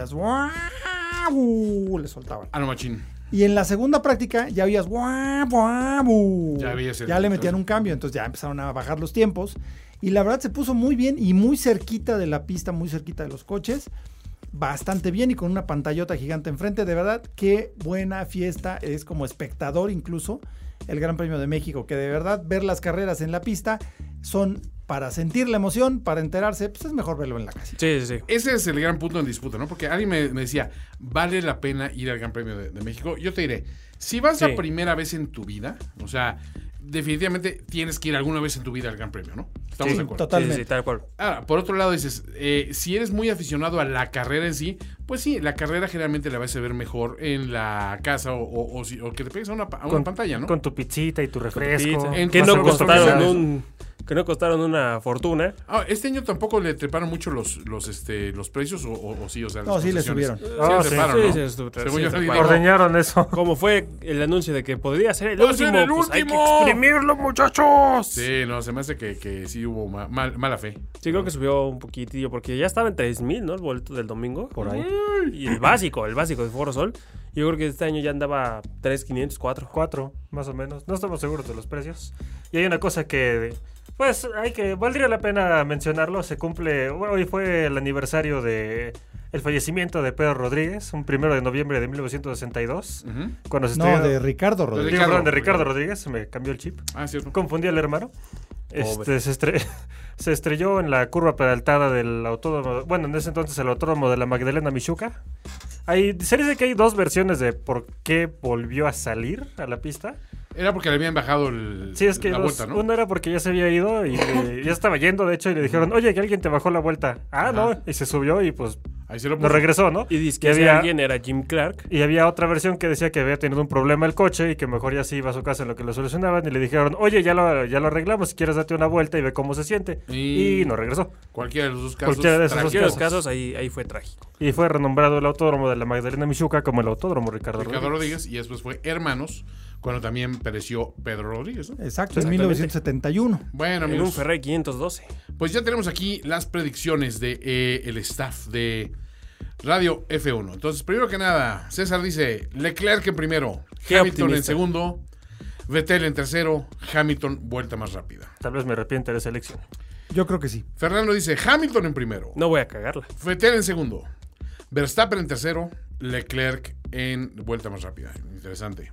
Speaker 1: ¡guau! le soltaban.
Speaker 6: Ah, no, machín.
Speaker 1: Y en la segunda práctica ya oías guau, guau, bu.
Speaker 6: Ya veías el-
Speaker 1: Ya le metían un cambio, entonces ya empezaron a bajar los tiempos. Y la verdad se puso muy bien y muy cerquita de la pista, muy cerquita de los coches. Bastante bien y con una pantallota gigante enfrente. De verdad, qué buena fiesta es como espectador incluso el Gran Premio de México. Que de verdad ver las carreras en la pista son para sentir la emoción, para enterarse, pues es mejor verlo en la casa.
Speaker 3: [laughs] Sí, sí, sí.
Speaker 6: Ese es el gran punto en disputa, ¿no? Porque alguien me, me decía, ¿vale la pena ir al Gran Premio de, de México? Yo te diré, si vas
Speaker 3: Sí.
Speaker 6: la primera vez en tu vida, o sea, definitivamente tienes que ir alguna vez en tu vida al Gran Premio, ¿no? Estamos
Speaker 3: Sí,
Speaker 6: de acuerdo.
Speaker 1: Totalmente.
Speaker 3: Sí, sí, tal cual.
Speaker 6: Ahora, Ah, por otro lado, dices, eh, si eres muy aficionado a la carrera en sí, pues sí, la carrera generalmente la vas a ver mejor en la casa o, o- o si- o que te pegues a una, pa- a una pantalla, ¿no?
Speaker 4: Con tu pizzita y tu refresco.
Speaker 3: Sí,
Speaker 6: En
Speaker 3: que
Speaker 6: tu
Speaker 3: no
Speaker 6: acervo
Speaker 3: costaron
Speaker 6: personal.
Speaker 3: un que no costaron una fortuna.
Speaker 6: Ah, este año tampoco le treparon mucho los, los, este, los precios o, o- o sí, o sea,
Speaker 1: No,
Speaker 6: las
Speaker 1: sí le
Speaker 6: concesiones.
Speaker 1: subieron.
Speaker 6: Sí le
Speaker 4: Ah, sí.
Speaker 6: treparon,
Speaker 3: Sí,
Speaker 6: ¿no?
Speaker 3: sí, estu-
Speaker 6: Según
Speaker 3: sí,
Speaker 6: yo,
Speaker 3: estu-
Speaker 6: alguien dijo,
Speaker 4: Ordeñaron eso.
Speaker 3: Como fue el anuncio de que podría ser el
Speaker 6: ¡Va a ser
Speaker 3: último,
Speaker 6: el
Speaker 3: pues hay que
Speaker 6: último!
Speaker 3: exprimirlo, muchachos. Sí.
Speaker 6: Sí, no, se me hace que, que sí hubo ma- mal- mala fe.
Speaker 3: creo que subió un poquitillo porque ya estaba en 3000, ¿no? El boleto del domingo por ahí. Y el básico, el básico de Foro Sol. Yo creo que este año ya andaba 3500, 4.
Speaker 4: Cuatro, más o menos. No estamos seguros de los precios. Y hay una cosa que, pues, hay que valdría la pena mencionarlo. Se cumple, hoy fue el aniversario de el fallecimiento de Pedro Rodríguez, un primero de noviembre de 1962.
Speaker 6: Ujú.
Speaker 4: Cuando se
Speaker 1: No,
Speaker 4: estrenó-
Speaker 1: de Ricardo Rodríguez.
Speaker 4: Digo, perdón, de
Speaker 6: Ricardo.
Speaker 4: Ricardo Rodríguez, se me cambió el chip.
Speaker 6: Ah, cierto.
Speaker 4: Confundí al hermano. Este, se, estre- [laughs] se estrelló en la curva peraltada del autódromo, bueno, en ese entonces el autódromo de la Magdalena Michuca. Hay, se dice que hay dos versiones de por qué volvió a salir a la pista.
Speaker 6: Era porque le habían bajado el,
Speaker 4: Sí, es que
Speaker 6: la
Speaker 4: dos-
Speaker 6: vuelta, ¿no?
Speaker 4: uno era porque ya se había ido
Speaker 3: [laughs]
Speaker 4: y eh, ya estaba yendo, de hecho, y le dijeron, oye, que alguien te bajó la vuelta. Ah, no, y se subió y pues
Speaker 6: Ahí se lo
Speaker 4: no
Speaker 6: puso.
Speaker 4: regresó, ¿no?
Speaker 3: Y dice que ese
Speaker 4: había,
Speaker 3: alguien era Jim Clark.
Speaker 4: y había otra versión que decía que había tenido un problema el coche y que mejor ya se iba a su casa en lo que lo solucionaban y le dijeron, oye, ya lo, ya lo arreglamos, si quieres date una vuelta y ve cómo se siente.
Speaker 6: Y-
Speaker 4: Y, no regresó.
Speaker 6: Cualquiera de los dos casos.
Speaker 4: Cualquiera de esos dos
Speaker 3: En los
Speaker 6: trágicos.
Speaker 3: casos ahí, ahí fue trágico.
Speaker 4: Y fue renombrado el autódromo de la Magdalena Michuca como el autódromo Ricardo,
Speaker 6: Ricardo
Speaker 4: Rodríguez.
Speaker 6: Rodríguez y después fue Hermanos cuando también pereció Pedro Rodríguez. ¿no?
Speaker 1: Exacto, en
Speaker 3: Exactamente.
Speaker 1: 1971.
Speaker 6: Bueno,
Speaker 3: Eh, En un
Speaker 6: amigos,
Speaker 3: Ferrari 512.
Speaker 6: pues ya tenemos aquí las predicciones de eh, el staff de Radio F1. Entonces, primero que nada, César dice Leclerc en primero,
Speaker 3: Qué
Speaker 6: Hamilton en
Speaker 3: optimista.
Speaker 6: segundo, Vettel en tercero, Hamilton vuelta más rápida.
Speaker 4: Tal vez me arrepiente de esa elección.
Speaker 1: Yo creo que sí.
Speaker 6: Fernando dice Hamilton en primero,
Speaker 3: No voy a cagarla.
Speaker 6: Vettel en segundo, Verstappen en tercero, Leclerc en vuelta más rápida. Interesante.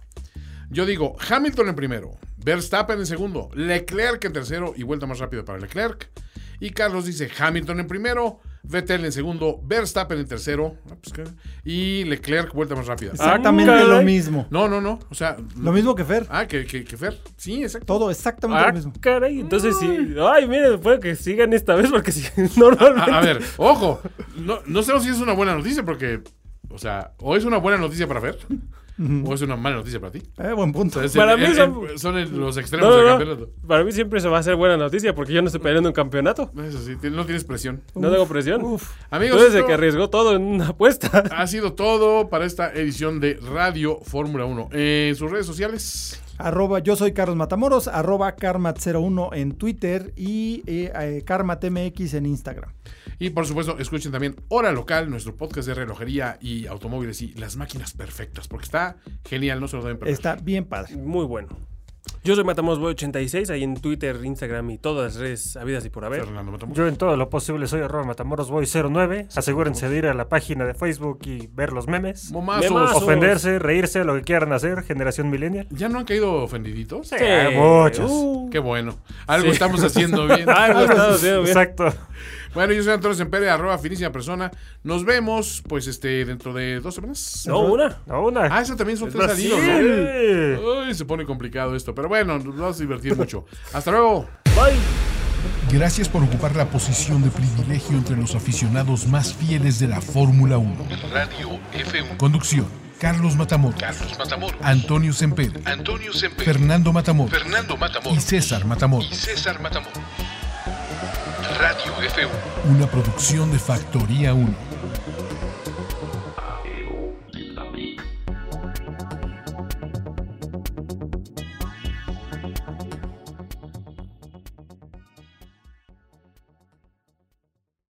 Speaker 6: Yo digo Hamilton en primero, Verstappen en segundo, Leclerc en tercero y vuelta más rápida para Leclerc. Y Carlos dice Hamilton en primero, Vettel en segundo, Verstappen en tercero ah, pues, ¿qué? y Leclerc vuelta más rápida. Ah,
Speaker 1: Exactamente lo
Speaker 4: caray.
Speaker 1: mismo.
Speaker 6: no, no, no. O sea,
Speaker 1: Lo mismo que Fer.
Speaker 6: ah, que, que, que Fer. Sí, exacto.
Speaker 1: Todo exactamente
Speaker 3: Ah,
Speaker 1: lo mismo.
Speaker 3: caray. Entonces sí. Ay, miren, puede que sigan esta vez porque si [laughs] normalmente.
Speaker 6: A, a ver, ojo, no, no sabemos si es una buena noticia porque, o sea, o es una buena noticia para Fer, o es una mala noticia para ti.
Speaker 1: Eh, buen punto.
Speaker 6: O sea, es
Speaker 3: Para
Speaker 6: el-
Speaker 3: mí
Speaker 6: el-
Speaker 3: son-
Speaker 6: el- son el- los
Speaker 3: No,
Speaker 6: extremos
Speaker 3: no,
Speaker 6: del
Speaker 3: no.
Speaker 6: campeonato.
Speaker 3: Para mí siempre se va a hacer buena noticia porque yo no estoy peleando un campeonato.
Speaker 6: Eso sí, ti- no tienes presión.
Speaker 3: No tengo presión.
Speaker 6: Amigos,
Speaker 3: Tú eres el
Speaker 6: esto-
Speaker 3: que arriesgó todo en una apuesta. [laughs]
Speaker 6: Ha sido todo para esta edición de Radio Fórmula 1. Eh, sus redes sociales.
Speaker 1: Arroba, yo soy Carlos Matamoros, arroba Karmat01 en Twitter y eh, eh, KarmatMX en Instagram.
Speaker 6: Y por supuesto, escuchen también Hora Local, nuestro podcast de relojería y automóviles y las máquinas perfectas, porque está genial, no se lo deben perder.
Speaker 1: Está bien padre.
Speaker 3: Muy bueno. Yo soy Matamosboy86, ahí en Twitter, Instagram y todas las redes habidas y por haber.
Speaker 6: Fernando Matamoros.
Speaker 4: Yo en todo lo posible soy arroba matamorosboy09. Asegúrense de ir a la página de Facebook y ver los memes.
Speaker 6: Momazos.
Speaker 3: Memazos.
Speaker 4: Ofenderse, reírse, lo que quieran hacer, generación millennial.
Speaker 6: ¿Ya no han caído ofendiditos?
Speaker 4: Sí, muchos.
Speaker 3: Uh,
Speaker 6: Qué bueno. Algo
Speaker 3: Sí.
Speaker 6: estamos
Speaker 3: [laughs]
Speaker 6: haciendo bien.
Speaker 3: algo estaba haciendo bien.
Speaker 4: Exacto.
Speaker 6: bueno, yo soy Antonio Sempere, arroba finísima persona. Nos vemos, pues, este, dentro de dos semanas.
Speaker 3: No, una.
Speaker 4: No, una.
Speaker 6: Ah, eso también son tres
Speaker 4: Brasil.
Speaker 6: salidos, ¿no?
Speaker 4: Sí.
Speaker 6: Ay, se pone complicado esto, pero bueno, nos vamos a divertir mucho. Hasta luego.
Speaker 2: Gracias por ocupar la posición de privilegio entre los aficionados más fieles de la Fórmula 1.
Speaker 7: Radio F1.
Speaker 2: Conducción: Carlos Matamoros,
Speaker 7: Carlos Matamoros.
Speaker 2: Antonio Semper,
Speaker 7: Antonio Semper.
Speaker 2: Fernando Matamoros
Speaker 7: Fernando
Speaker 2: y
Speaker 7: Matamoros.
Speaker 2: César
Speaker 7: Y
Speaker 2: Matamoros.
Speaker 7: César Matamoros. Radio F1.
Speaker 2: Una producción de Factoría 1.